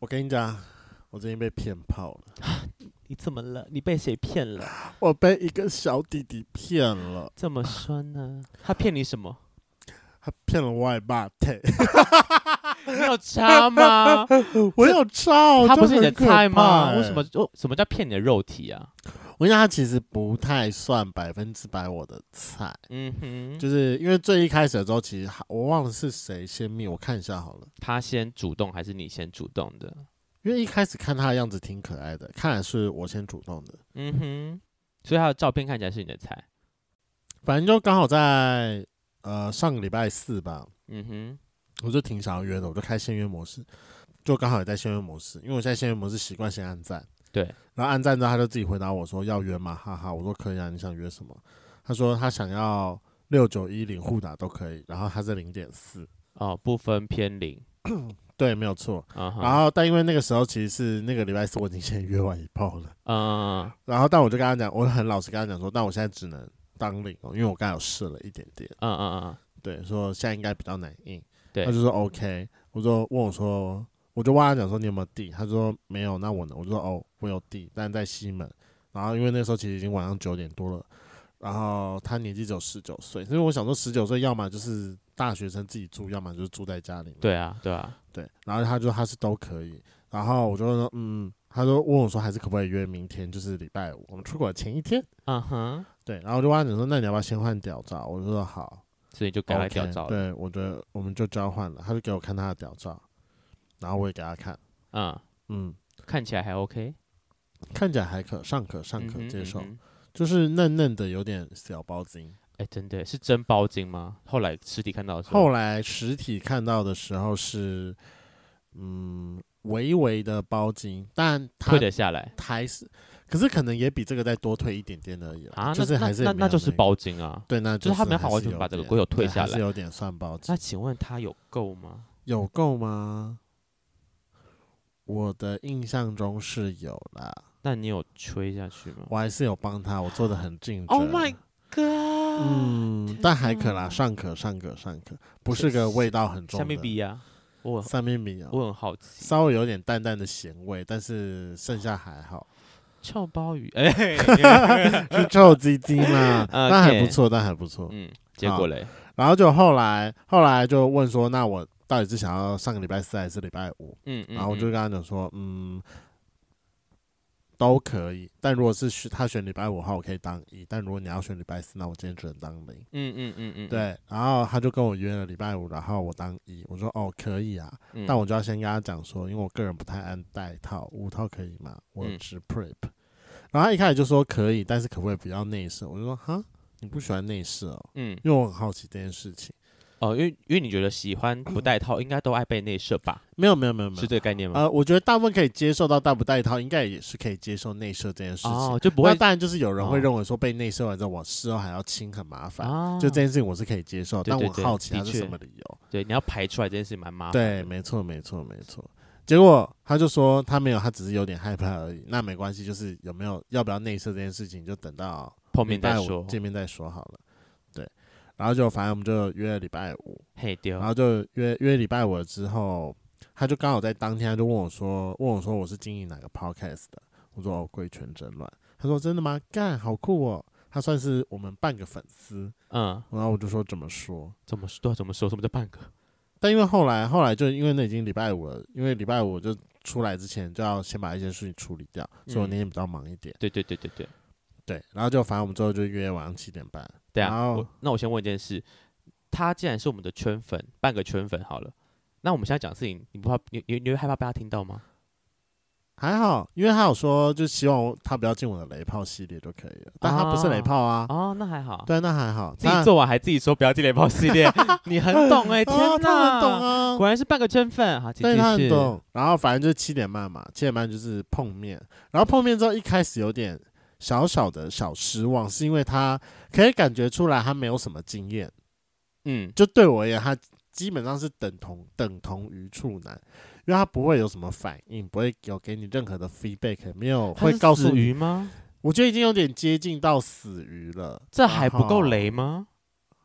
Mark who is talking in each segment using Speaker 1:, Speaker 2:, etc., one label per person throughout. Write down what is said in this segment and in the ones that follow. Speaker 1: 我跟你讲，我最近被骗炮了，
Speaker 2: 你怎么了？你被谁骗 了？
Speaker 1: 我被一个小弟弟骗了，
Speaker 2: 这么说呢？他骗你什么？
Speaker 1: 他骗了我也霸腿，
Speaker 2: 你有差 吗？
Speaker 1: 我有照，
Speaker 2: 他不
Speaker 1: 哦这
Speaker 2: 是你的
Speaker 1: 很可
Speaker 2: 菜吗？
Speaker 1: 怕
Speaker 2: 为什么
Speaker 1: 欸？？
Speaker 2: 哦，什么叫骗你的肉体啊？
Speaker 1: 我跟你讲，他其实不太算百分之百我的菜，
Speaker 2: 嗯哼，
Speaker 1: 就是因为最一开始的时候，其实还我忘了是谁先密，我看一下好了。
Speaker 2: 他先主动还是你先主动的？
Speaker 1: 因为一开始看他的样子挺可爱的，看来是我先主动的，
Speaker 2: 嗯哼，所以他的照片看起来是你的菜。
Speaker 1: 反正就刚好在呃上个礼拜四吧，
Speaker 2: 嗯哼，
Speaker 1: 我就挺想要约的，我就开限约模式，就刚好也在限约模式，因为我现在限约模式习惯先按赞，
Speaker 2: 对，
Speaker 1: 然后按赞之后他就自己回答我说要约吗？哈哈，我说可以啊，你想约什么？他说他想要六九一零互打都可以，然后他是零点四，
Speaker 2: 哦，不分偏零。
Speaker 1: 对，没有错。
Speaker 2: 啊
Speaker 1: 然
Speaker 2: 哈，
Speaker 1: 后但因为那个时候其实是那个礼拜四我已经先约完一炮了，
Speaker 2: 嗯，
Speaker 1: 然后但我就跟他讲，我很老实跟他讲说，但我现在只能当零哦，因为我刚才有试了一点点，
Speaker 2: 嗯嗯嗯，
Speaker 1: 对，说现在应该比较难印。
Speaker 2: 对
Speaker 1: 他就说 OK，我就问我说，我就问他讲说你有没有地，他就说没有，那我呢？我就说哦，我有地，但在西门。然后因为那时候其实已经晚上九点多了，然后他年纪只有十九岁，所以我想说十九岁要么就是大学生自己住，要么就是住在家里面。
Speaker 2: 对啊，对啊，
Speaker 1: 对，然后他就说他是都可以，然后我就说嗯，他说问我说还是可不可以约明天，就是礼拜五，我们出国的前一天。
Speaker 2: 嗯哼，
Speaker 1: 对，然后我就问他讲说那你要不要先换屌照？我就说好，
Speaker 2: 所以你就赶快
Speaker 1: OK，
Speaker 2: 掉照了。
Speaker 1: 对，我觉得我们就交换了，他就给我看他的屌照，然后我也给他看，
Speaker 2: 嗯，
Speaker 1: 嗯，
Speaker 2: 看起来还 OK，
Speaker 1: 看起来还可尚可尚
Speaker 2: 嗯
Speaker 1: 可
Speaker 2: 哼
Speaker 1: 接
Speaker 2: 嗯
Speaker 1: 受，
Speaker 2: 哼
Speaker 1: 就是嫩嫩的，有点小包茎。
Speaker 2: 哎、真的是真包茎吗？后来实体看到的时候，
Speaker 1: 后来实体看到的时候是，嗯，微微的包茎，但他
Speaker 2: 退得下来
Speaker 1: 还是，可是可能也比这个再多退一点点而已啦
Speaker 2: 啊？
Speaker 1: 就是
Speaker 2: 那
Speaker 1: 还是
Speaker 2: 那
Speaker 1: 没
Speaker 2: 那那
Speaker 1: 有
Speaker 2: 就是
Speaker 1: 个，
Speaker 2: 包茎啊。
Speaker 1: 对，那
Speaker 2: 就是他没
Speaker 1: 们
Speaker 2: 办法完全把这个龟
Speaker 1: 有
Speaker 2: 友退
Speaker 1: 对
Speaker 2: 下
Speaker 1: 还是
Speaker 2: 来
Speaker 1: 有点算包茎
Speaker 2: 那。请问他有够吗？
Speaker 1: 有够吗？我的印象中是有啦，
Speaker 2: 那你有吹下去吗
Speaker 1: 我还是有帮他，我做的很尽责。
Speaker 2: ？Oh my god！
Speaker 1: 嗯，但还可啦，尚可尚可尚可，不是个味道很重
Speaker 2: 下
Speaker 1: 的。
Speaker 2: 面比呀，我
Speaker 1: 三米米啊，
Speaker 2: 我很好奇，
Speaker 1: 稍微有点淡淡的咸味，但是剩下还好。
Speaker 2: 臭鲍鱼，哎、
Speaker 1: 是臭鸡鸡嘛，
Speaker 2: OK
Speaker 1: 那还不错，但还不错。
Speaker 2: 嗯，结果嘞，
Speaker 1: 然后就后来，后来就问说，那我到底是想要上个礼拜四还是礼拜五？
Speaker 2: 嗯嗯，
Speaker 1: 然后我就
Speaker 2: 嗯
Speaker 1: 跟他讲说，嗯，都可以，但如果是选他选礼拜五的话，我可以当一；但如果你要选礼拜四，那我今天只能当零。
Speaker 2: 嗯嗯嗯嗯，
Speaker 1: 对，然后他就跟我约了礼拜五，然后我当一，我说哦可以啊，
Speaker 2: 嗯，
Speaker 1: 但我就要先跟他讲说，因为我个人不太按带套，五套可以吗？我
Speaker 2: 嗯
Speaker 1: 只 prep，、然后他一开始就说可以，但是可不可以不要内射？我就说哈，你不喜欢内射哦，
Speaker 2: 嗯
Speaker 1: 因为我很好奇这件事情。
Speaker 2: 哦，因为因为你觉得喜欢不带套，应该都爱被内射吧？
Speaker 1: 没有没有没有没
Speaker 2: 是
Speaker 1: 有，
Speaker 2: 这个概念吗？
Speaker 1: 呃，我觉得大部分可以接受到带不带套，应该也是可以接受内射这件事情。
Speaker 2: 哦，就不
Speaker 1: 那
Speaker 2: 会
Speaker 1: 当然就是有人会
Speaker 2: 哦
Speaker 1: 认为说被内射完之后，我事后还要亲很麻烦。
Speaker 2: 啊，
Speaker 1: 就这件事情我是可以接受，
Speaker 2: 对
Speaker 1: 但
Speaker 2: 对
Speaker 1: 我很
Speaker 2: 对
Speaker 1: 好奇
Speaker 2: 的
Speaker 1: 他是什
Speaker 2: 确啊
Speaker 1: 么理由。
Speaker 2: 对，你要排出来这件事蛮麻烦
Speaker 1: 对，
Speaker 2: 的，
Speaker 1: 没错，没错，没错。结果他就说他没有，他只是有点害怕而已。那没关系，就是有没有要不要内射这件事情，就等到
Speaker 2: 碰面
Speaker 1: 礼拜
Speaker 2: 再
Speaker 1: 五
Speaker 2: 说，
Speaker 1: 见面再说好了。对，然后就反正我们就约了礼拜五，
Speaker 2: 嘿丢
Speaker 1: 然，后就约约礼拜五了之后，他就刚好在当天他就问我说，问我说我是经营哪个 podcast 的，我说哦贵圈真乱，他说真的吗？干好酷哦，他算是我们半个粉丝，
Speaker 2: 嗯，
Speaker 1: 然后我就说怎么说，
Speaker 2: 怎么说？对啊怎么说？什么叫半个？
Speaker 1: 但因为后来后来就因为那已经礼拜五了，因为礼拜五就出来之前就要先把一些事情处理掉，所
Speaker 2: 嗯
Speaker 1: 以我那天比较忙一点。
Speaker 2: 对对对对对。
Speaker 1: 对，然后就反正我们最后就约晚上七点半。
Speaker 2: 对
Speaker 1: 然
Speaker 2: 啊，
Speaker 1: 后
Speaker 2: 我那我先问一件事，他既然是我们的圈粉，半个圈粉好了，那我们现在讲事情，你不怕你你你会害怕被他听到吗？
Speaker 1: 还好，因为他有说，就希望我他不要进我的雷炮系列就可以了，但他不是雷炮啊，
Speaker 2: 哦，那还好，
Speaker 1: 对，那还好，
Speaker 2: 自己做完还自己说不要进雷炮系 列，你很懂
Speaker 1: 那
Speaker 2: 哎、天
Speaker 1: 哦，他
Speaker 2: 哪，
Speaker 1: 很懂啊，
Speaker 2: 果然是半个圈粉，好，请
Speaker 1: 对，他
Speaker 2: 继
Speaker 1: 很
Speaker 2: 续，
Speaker 1: 懂。然后反正就是七点半嘛，七点半就是碰面，然后碰面之后一开始有点小小的小失望，是因为他可以感觉出来他没有什么经验。
Speaker 2: 嗯，
Speaker 1: 就对我而言，他基本上是等同等同于处男，因为他不会有什么反应，不会有给你任何的 feedback，没有
Speaker 2: 他
Speaker 1: 会
Speaker 2: 是
Speaker 1: 告诉
Speaker 2: 死
Speaker 1: 你。
Speaker 2: 鱼吗？
Speaker 1: 我觉得已经有点接近到死鱼了，啊
Speaker 2: 这还不够雷吗？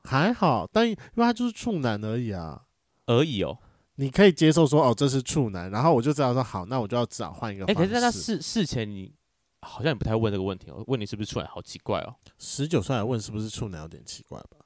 Speaker 1: 还好，但因为他就是处男而已啊。
Speaker 2: 而已哦，
Speaker 1: 你可以接受说哦这是处男，然后我就知道说好，那我就要只好换一个
Speaker 2: 哎、
Speaker 1: 方
Speaker 2: 可
Speaker 1: 式。
Speaker 2: 是那事事前你好像也不太问这个问题哦，问你是不是出来，好奇怪哦，
Speaker 1: 十九岁来问是不是处男有点奇怪吧？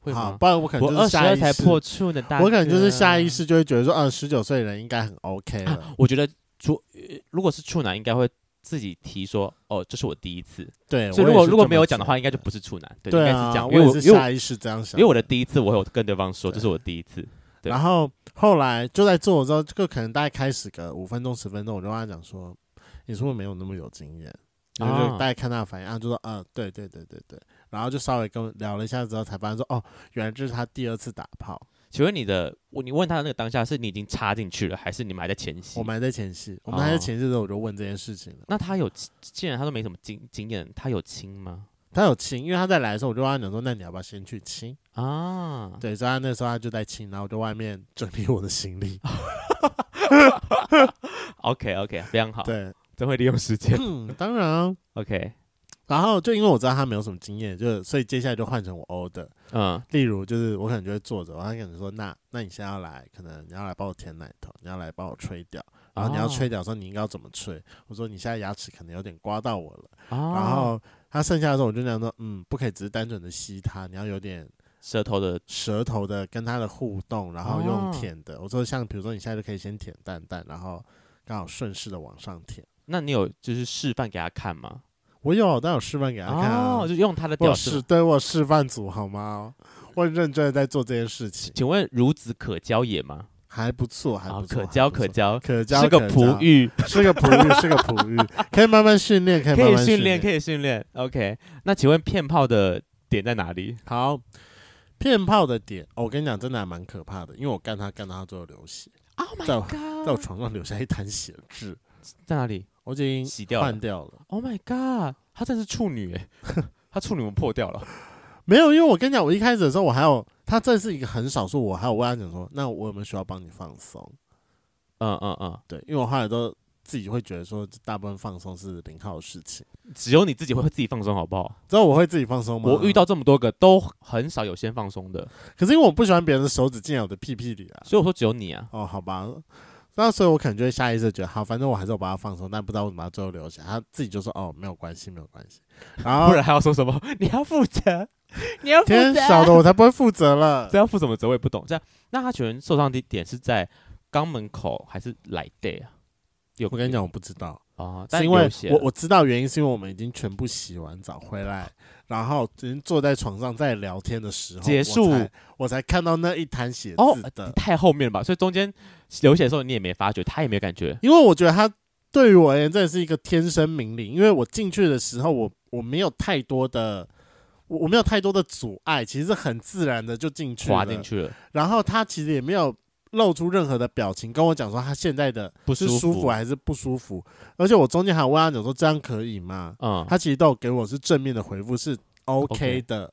Speaker 2: 会
Speaker 1: 好，
Speaker 2: 吗？
Speaker 1: 不然我可能
Speaker 2: 我
Speaker 1: 就
Speaker 2: 二
Speaker 1: 是
Speaker 2: 十
Speaker 1: 下
Speaker 2: 二
Speaker 1: 意识，
Speaker 2: 才破处呢，大
Speaker 1: 我可能就是
Speaker 2: 哥
Speaker 1: 下意。识就会觉得说，呃，十九岁的人应该很 OK 了。
Speaker 2: 我觉得处呃如果是处男，应该会自己提说，哦，这是我第一次。
Speaker 1: 对，
Speaker 2: 所以
Speaker 1: 我
Speaker 2: 如
Speaker 1: 也
Speaker 2: 果
Speaker 1: 是
Speaker 2: 如果
Speaker 1: 这么
Speaker 2: 没有讲的
Speaker 1: 觉
Speaker 2: 话，
Speaker 1: 得
Speaker 2: 应该就不是处男，对，
Speaker 1: 对
Speaker 2: 应该是
Speaker 1: 啊
Speaker 2: 这样，因
Speaker 1: 我
Speaker 2: 为
Speaker 1: 也
Speaker 2: 我
Speaker 1: 是
Speaker 2: 因为我
Speaker 1: 下意识这样想，
Speaker 2: 因为我的第一次，我有跟对方说
Speaker 1: 对
Speaker 2: 这是我第一次，对
Speaker 1: 然后后来就在做之后，就可能大概开始个五分钟十分钟，我就跟他讲说，你是不是没有那么有经验？然后就
Speaker 2: 啊
Speaker 1: 大概看他的反应，啊，就说，嗯、对对对对对，然后就稍微跟我聊了一下之后，才发现说，哦，原来这是他第二次打炮，
Speaker 2: 请问你的，我你问他的那个当下，是你已经插进去了，还是你哦们还在前戏？
Speaker 1: 我们还在前戏，我们还在前戏的时候，我就问这件事情了。
Speaker 2: 那他有亲，既然他都没什么经经验，他有亲吗？
Speaker 1: 他有亲，因为他在来的时候，我就跟他讲说，那你要不要先去亲？
Speaker 2: 啊，
Speaker 1: 对，所以他那时候他就在亲，然后我就外面整理我的行李。
Speaker 2: ，OK OK，非 常好，
Speaker 1: 对，
Speaker 2: 真会利用时间。
Speaker 1: 嗯，当然啊、
Speaker 2: OK，
Speaker 1: 然后就因为我知道他没有什么经验，就所以接下来就换成我欧的。
Speaker 2: 嗯，
Speaker 1: 例如，就是我可能就会坐着，然后他可能说：“那那你现在要来，可能你要来帮我舔奶头，你要来帮我吹掉，然
Speaker 2: 哦
Speaker 1: 后你要吹掉的时候，你应该要怎么吹？”我说：“你现在牙齿可能有点刮到我了。
Speaker 2: 哦，
Speaker 1: 然
Speaker 2: 然
Speaker 1: 后他剩下的时候，我就讲说：“嗯，不可以只是单纯的吸它，你要有点
Speaker 2: 舌头的
Speaker 1: 舌头的跟它的互动，然后用
Speaker 2: 哦
Speaker 1: 舔的。我说：“像比如说，你现在就可以先舔蛋蛋，然后刚好顺势的往上舔。
Speaker 2: 那你有就是示范给他看吗？”
Speaker 1: 我有，但有示范给他看、啊。
Speaker 2: 哦，就用他的
Speaker 1: 我
Speaker 2: 屌
Speaker 1: 有
Speaker 2: 是
Speaker 1: 示
Speaker 2: 吗。
Speaker 1: 对我有示范组好吗？我很认真的在做这件事情，
Speaker 2: 请问孺子可教也吗？
Speaker 1: 还不错，还
Speaker 2: 啊，
Speaker 1: 不错，
Speaker 2: 可
Speaker 1: 还
Speaker 2: 教
Speaker 1: 不
Speaker 2: 可
Speaker 1: 错
Speaker 2: 教，
Speaker 1: 可教
Speaker 2: 是个
Speaker 1: 可
Speaker 2: 璞
Speaker 1: 教，
Speaker 2: 玉，
Speaker 1: 是个璞玉，是个璞 玉，可以慢慢训练，可以
Speaker 2: 可
Speaker 1: 慢
Speaker 2: 以
Speaker 1: 慢
Speaker 2: 训
Speaker 1: 练
Speaker 2: 练，。可以训练。OK，那请问骗炮的点在哪里？
Speaker 1: 好，骗炮的点，哦我跟你讲，真的还蛮可怕的，因为我干他干到他最后流血，
Speaker 2: Oh my
Speaker 1: 在 我
Speaker 2: god！
Speaker 1: 在我床上留下一滩血渍，
Speaker 2: 在哪里
Speaker 1: 我已经
Speaker 2: 洗掉了
Speaker 1: 换掉了。
Speaker 2: ？Oh my god！她真是处女 哎，她处女膜破掉了。
Speaker 1: 没有，因为我跟你讲，我一开始的时候，我还有他这是一个很少数，我还有问他讲说，那我有没有需要帮你放松？
Speaker 2: 嗯嗯嗯，
Speaker 1: 对，因为我后来都自己会觉得说，大部分放松是零号的事情。
Speaker 2: 只有你自己会自己放松好不好？
Speaker 1: 知道我会自己放松吗？
Speaker 2: 我遇，到这么多个都很少有先放松的，
Speaker 1: 可是因为我不喜欢别人的手指进来我的屁屁里啊。
Speaker 2: 所以我说只有你啊。
Speaker 1: 哦，好吧，那所以我可能就会下意识地觉得，好，反正我还是有把它放松，但不知道为什么它最后留下，他自己就说，哦，没有关系，没有关系。然
Speaker 2: 不
Speaker 1: 后
Speaker 2: 然还要说什么？ 你要负责，你要负
Speaker 1: 啊天
Speaker 2: 责。
Speaker 1: 晓得我才不会负责了
Speaker 2: 这。要负什么责我也不懂。这样，那他全受伤的点是在肛门口还是来 day 啊？有
Speaker 1: 我跟你讲，我不知道，
Speaker 2: 啊，但
Speaker 1: 是因为
Speaker 2: 流血
Speaker 1: 我
Speaker 2: 了
Speaker 1: 我知道原因是因为我们已经全部洗完澡回来，然后已经坐在床上在聊天的时候，
Speaker 2: 结
Speaker 1: 我
Speaker 2: 束
Speaker 1: 才我才看到那一滩血
Speaker 2: 哦
Speaker 1: 渍的。
Speaker 2: 太后面了吧？所以中间流血的时候你也没发觉，他也没有感觉。
Speaker 1: 因为我觉得他对于我而言真的是一个天生明理，因为我进去的时候我我没有太多的。我我没有太多的阻碍，其实很自然的就进去
Speaker 2: 滑
Speaker 1: 了。
Speaker 2: 进去了，
Speaker 1: 然后他其实也没有露出任何的表情，跟我讲说他现在的
Speaker 2: 不
Speaker 1: 是
Speaker 2: 舒
Speaker 1: 舒服还是不舒服。而且我中间还问他讲说这样可以吗？
Speaker 2: 嗯，
Speaker 1: 他其实都有给我是正面的回复，是 OK 的。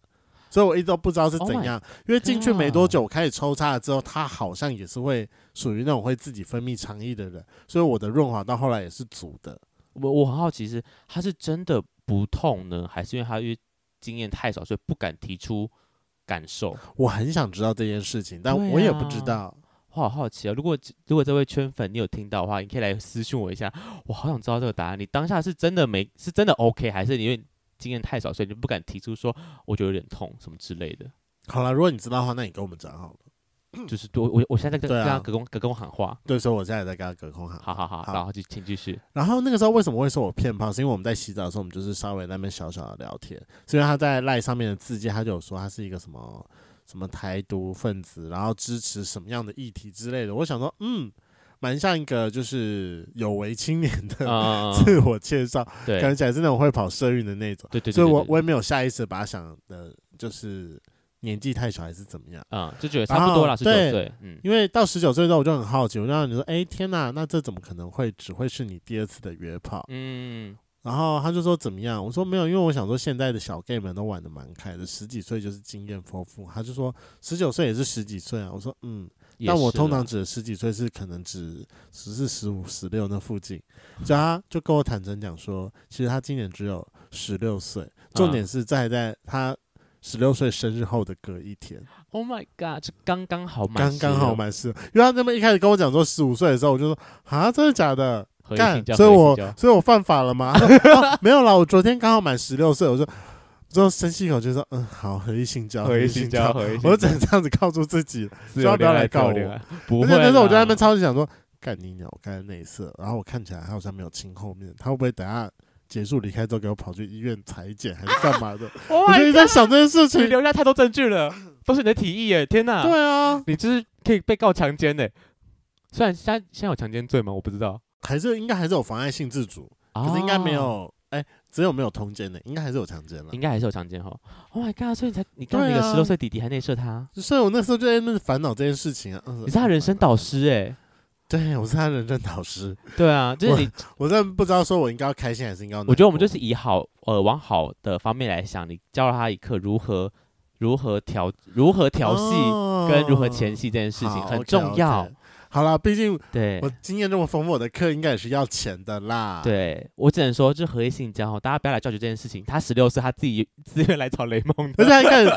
Speaker 1: 所以我一直都不知道是怎
Speaker 2: Oh
Speaker 1: 样因为进去没多久，我开始抽插了之后，他好像也是会属于那种会自己分泌肠液的人，所以我的润滑到后来也是足的。
Speaker 2: 我我很好奇是他是真的不痛呢，还是因为他因为经验太少，所以不敢提出感受？
Speaker 1: 我很想知道这件事情，但
Speaker 2: 对啊
Speaker 1: 我也不知道。
Speaker 2: 我好好奇啊！如果如果这位圈粉你有听到的话，你可以来私信我一下，我好想知道这个答案。你当下是真的没是真的 OK，还是因为经验太少，所以你不敢提出说我觉得有点痛什么之 类的？
Speaker 1: 好了，如果你知道的话，那你跟我们讲好了。
Speaker 2: 就是多我我现在在跟
Speaker 1: 对啊
Speaker 2: 跟他隔空隔空喊话，
Speaker 1: 对，所以我现在也在跟他隔空喊话
Speaker 2: 好好好，
Speaker 1: 好
Speaker 2: 然后就请继 续。
Speaker 1: 然后那个时候为什么会说我骗炮？是因为我们在洗澡的时候，我们就是稍微在那边小小的聊天。是因为他在赖上面的字界，他就有说他是一个什么什么台独分子，然后支持什么样的议题之类的。我想说，嗯，蛮像一个就是有为青年的、
Speaker 2: 嗯，
Speaker 1: 自我介绍，
Speaker 2: 对
Speaker 1: 感觉起来是那种会跑社运的那种。
Speaker 2: 对对对，
Speaker 1: 所以我
Speaker 2: 对对
Speaker 1: 我也没有下意识把他想的，就是年纪太小还是怎么样。
Speaker 2: 嗯就觉得
Speaker 1: 然
Speaker 2: 差不多
Speaker 1: 后
Speaker 2: 了，十九
Speaker 1: 啊对
Speaker 2: 岁，嗯，
Speaker 1: 因为到十九岁之后，我就很好奇，我就让你说，哎，天呐，那这怎么可能会只会是你第二次的约炮？
Speaker 2: 嗯，
Speaker 1: 然后他就说怎么样？我说没有，因为我想说现在的小 gay 们都玩的蛮开的，十几岁就是经验丰富。他就说十九岁也是十几岁啊。我说嗯，
Speaker 2: 也
Speaker 1: 但我
Speaker 2: 是啊
Speaker 1: 通
Speaker 2: 啦
Speaker 1: 常指的十几岁是可能指十四、十五、十六那附近。所以他就跟
Speaker 2: 嗯
Speaker 1: 我坦诚讲说，其实他今年只有十六岁，重点是在在他十六岁生日后的隔一天，
Speaker 2: Oh my god，这刚刚好满，
Speaker 1: 刚刚好，满十，因为他那么一开始跟我讲说十五岁的时候，我就说啊，真的假的？
Speaker 2: 合一
Speaker 1: 干
Speaker 2: 性，交，
Speaker 1: 所以
Speaker 2: 合一性
Speaker 1: 我
Speaker 2: 交
Speaker 1: 所以我犯法了 吗？他说哦没有啦，我昨天刚好满十六岁，我说之后深吸一口气说，嗯，好，合一性交，
Speaker 2: 合
Speaker 1: 一
Speaker 2: 一
Speaker 1: 性
Speaker 2: 性交，合一性
Speaker 1: 我
Speaker 2: 交，
Speaker 1: 就只能这样子告诉自己了。
Speaker 2: 自
Speaker 1: 希望
Speaker 2: 由
Speaker 1: 不要
Speaker 2: 恋爱
Speaker 1: 来
Speaker 2: 自由
Speaker 1: 告
Speaker 2: 恋
Speaker 1: 我
Speaker 2: 爱不
Speaker 1: 而
Speaker 2: 会
Speaker 1: 且
Speaker 2: 啦，
Speaker 1: 那时候我就在那边超级想说，干你鸟，我刚才内射，然后我看起来他好像没有亲后面，他会不会等下结束离开之后给我跑去医院裁剪还是干嘛的？
Speaker 2: Oh
Speaker 1: 我就一直
Speaker 2: my god，
Speaker 1: 在想这件事
Speaker 2: 你
Speaker 1: 情。
Speaker 2: 留下太多证据了，都是你的提议耶！天哪，
Speaker 1: 对啊，
Speaker 2: 你就是可以被告强奸的。虽然现在现在有强奸罪吗？我不知道，
Speaker 1: 还是应该还是有妨碍性自主，可
Speaker 2: 可
Speaker 1: 是应该没，有，哎，只有没有通奸的，应该还是有强奸了
Speaker 2: 哦应。该还是有强奸哈。Oh my god！所以你才你看
Speaker 1: 对
Speaker 2: 那个
Speaker 1: 啊
Speaker 2: 十六岁弟弟还内射他，
Speaker 1: 所以我那时候就在那边烦恼这件事情啊。嗯
Speaker 2: 你是他人生，导师哎。
Speaker 1: 对我是他人生导师，
Speaker 2: 对啊，就是你，
Speaker 1: 我真的不知道说我应该要开心还是应该要难过。
Speaker 2: 我觉得我们就是以好呃往好的方面来想，你教了他一课如何如何调如何调戏
Speaker 1: 哦
Speaker 2: 跟如何前戏这件事情
Speaker 1: 好
Speaker 2: 很
Speaker 1: OK，
Speaker 2: 重要
Speaker 1: OK。好啦，毕竟
Speaker 2: 对
Speaker 1: 我经验这么丰富，我的课应该也是要钱的啦。，
Speaker 2: 对，我只能说，就合意性交哈，大家不要来教育这件事情。他十六岁，他自己自愿来找雷蒙
Speaker 1: 而
Speaker 2: 的，
Speaker 1: 且还开始，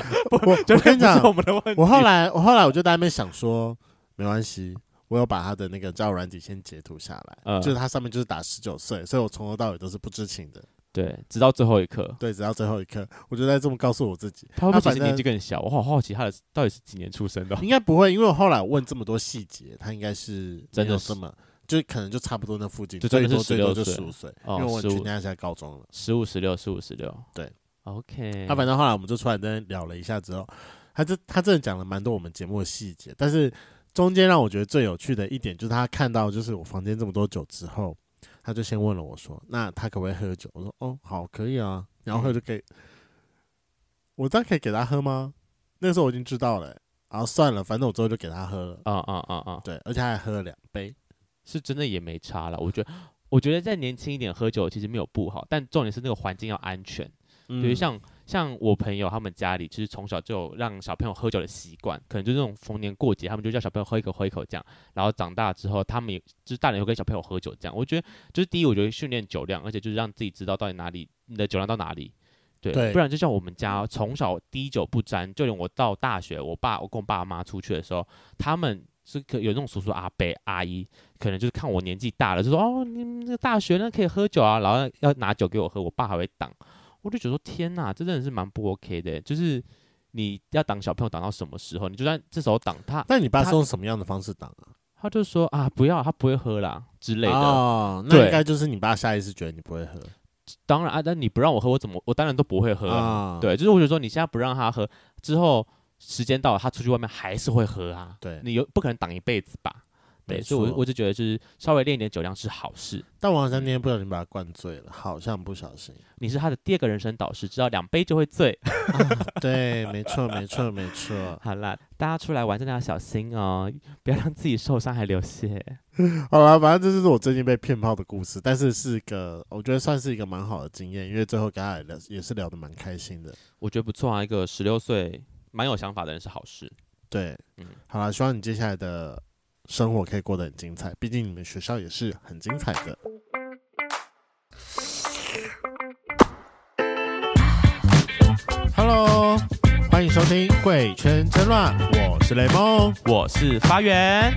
Speaker 1: 我
Speaker 2: 就
Speaker 1: 我跟你
Speaker 2: 不是我
Speaker 1: 讲，
Speaker 2: 们的问题。
Speaker 1: 我后来我后来我就在那边想说，没关系，我有把他的那个交友软体先截图下来，
Speaker 2: 嗯
Speaker 1: 就是他上面就是打十九岁，所以我从头到尾都是不知情的。
Speaker 2: 对，直到最后一刻，
Speaker 1: 对，直到最后一刻，我就在这么告诉我自己，
Speaker 2: 他会不会
Speaker 1: 他
Speaker 2: 其
Speaker 1: 反
Speaker 2: 实
Speaker 1: 正
Speaker 2: 年纪更小？我好好奇他的到底是几年出 生的哦。
Speaker 1: 应该不会，因为我后来问这么多细节，他应该是
Speaker 2: 真的
Speaker 1: 没有
Speaker 2: 是
Speaker 1: 这么。就可能就差不多那附近，
Speaker 2: 就真
Speaker 1: 最
Speaker 2: 的
Speaker 1: 多
Speaker 2: 是
Speaker 1: 最多就
Speaker 2: 16岁
Speaker 1: 十五岁，因
Speaker 2: 哦
Speaker 1: 为我去
Speaker 2: 15
Speaker 1: 那一下高中了。
Speaker 2: 十五、十六、十五、十六，
Speaker 1: 对
Speaker 2: ，OK。
Speaker 1: 他反正后来我们就出来在那聊了一下之后，他这他真的讲了蛮多我们节目的细节，但是中间让我觉得最有趣的一点就是他看到就是我房间这么多酒之后，他就先问了我说：“那他可不可以喝酒？”我说：“哦，好，可以啊，然后喝就可以。”我当然可以给他喝吗？那个时候我已经知道了欸、然后算了，反正我之后就给他喝了，
Speaker 2: 啊啊啊啊，
Speaker 1: 对，而且还喝了两杯。
Speaker 2: 是真的也没差了。我觉得，我觉得再年轻一点喝酒其实没有不好，但重点是那个环境要安全。
Speaker 1: 嗯
Speaker 2: 比如像像我朋友他们家里，就是从小就有让小朋友喝酒的习惯，可能就是那种逢年过节，他们就叫小朋友喝一口喝一口这样。然后长大之后，他们也就是大人也会跟小朋友喝酒这样。我觉得就是第一，我觉得训练酒量，而且就是让自己知道到底哪里你的酒量到哪里。对，
Speaker 1: 对
Speaker 2: 不然就像我们家从小滴酒不沾，就连我到大学，我爸我跟我爸妈出去的时候，他们是可有那种叔叔阿伯阿姨，可能就是看我年纪大了，就说哦，你们这个大学那可以喝酒啊，然后要拿酒给我喝，我爸还会挡。我就觉得说天呐，这真的是蛮不 OK 的，就是你要挡小朋友挡到什么时候？你就算这时候挡他，
Speaker 1: 那你爸
Speaker 2: 他
Speaker 1: 是用什么样的方式挡啊？
Speaker 2: 他就说啊不要，他不会喝啦之类的。
Speaker 1: 哦，那应
Speaker 2: 对
Speaker 1: 该就是你爸下意识觉得你不会喝
Speaker 2: 当然啊，但你不让我喝，我怎么我当然都不会喝啊。
Speaker 1: 啊
Speaker 2: 对，就是我觉得说你现在不让他喝，之后时间到了，他出去外面还是会喝啊。
Speaker 1: 对
Speaker 2: 你有不可能挡一辈子吧？对，
Speaker 1: 没
Speaker 2: 所以我
Speaker 1: 错
Speaker 2: 我就觉得就是稍微练一点酒量是好事。
Speaker 1: 但我好像那天不小心把他灌醉了，好像不小 心。
Speaker 2: 你是他的第二个人生导师，知道两杯就会醉。
Speaker 1: 对，没错，没错，没 错。
Speaker 2: 好啦，大家出来玩真的要小心哦，不要让自己受伤还流血。
Speaker 1: 好了，反正这就是我最近被骗炮的故事，但是是一个我觉得算是一个蛮好的经验，因为最后跟他也聊也是聊得蛮开心的。
Speaker 2: 我觉得不错啊，一个十六岁蛮有想法的人是好事。
Speaker 1: 对
Speaker 2: 嗯，
Speaker 1: 好了，希望你接下来的生活可以过得很精彩，毕竟你们学校也是很精彩的。Hello，欢迎收听《贵圈争乱》，我是雷梦。
Speaker 2: 我是发 源，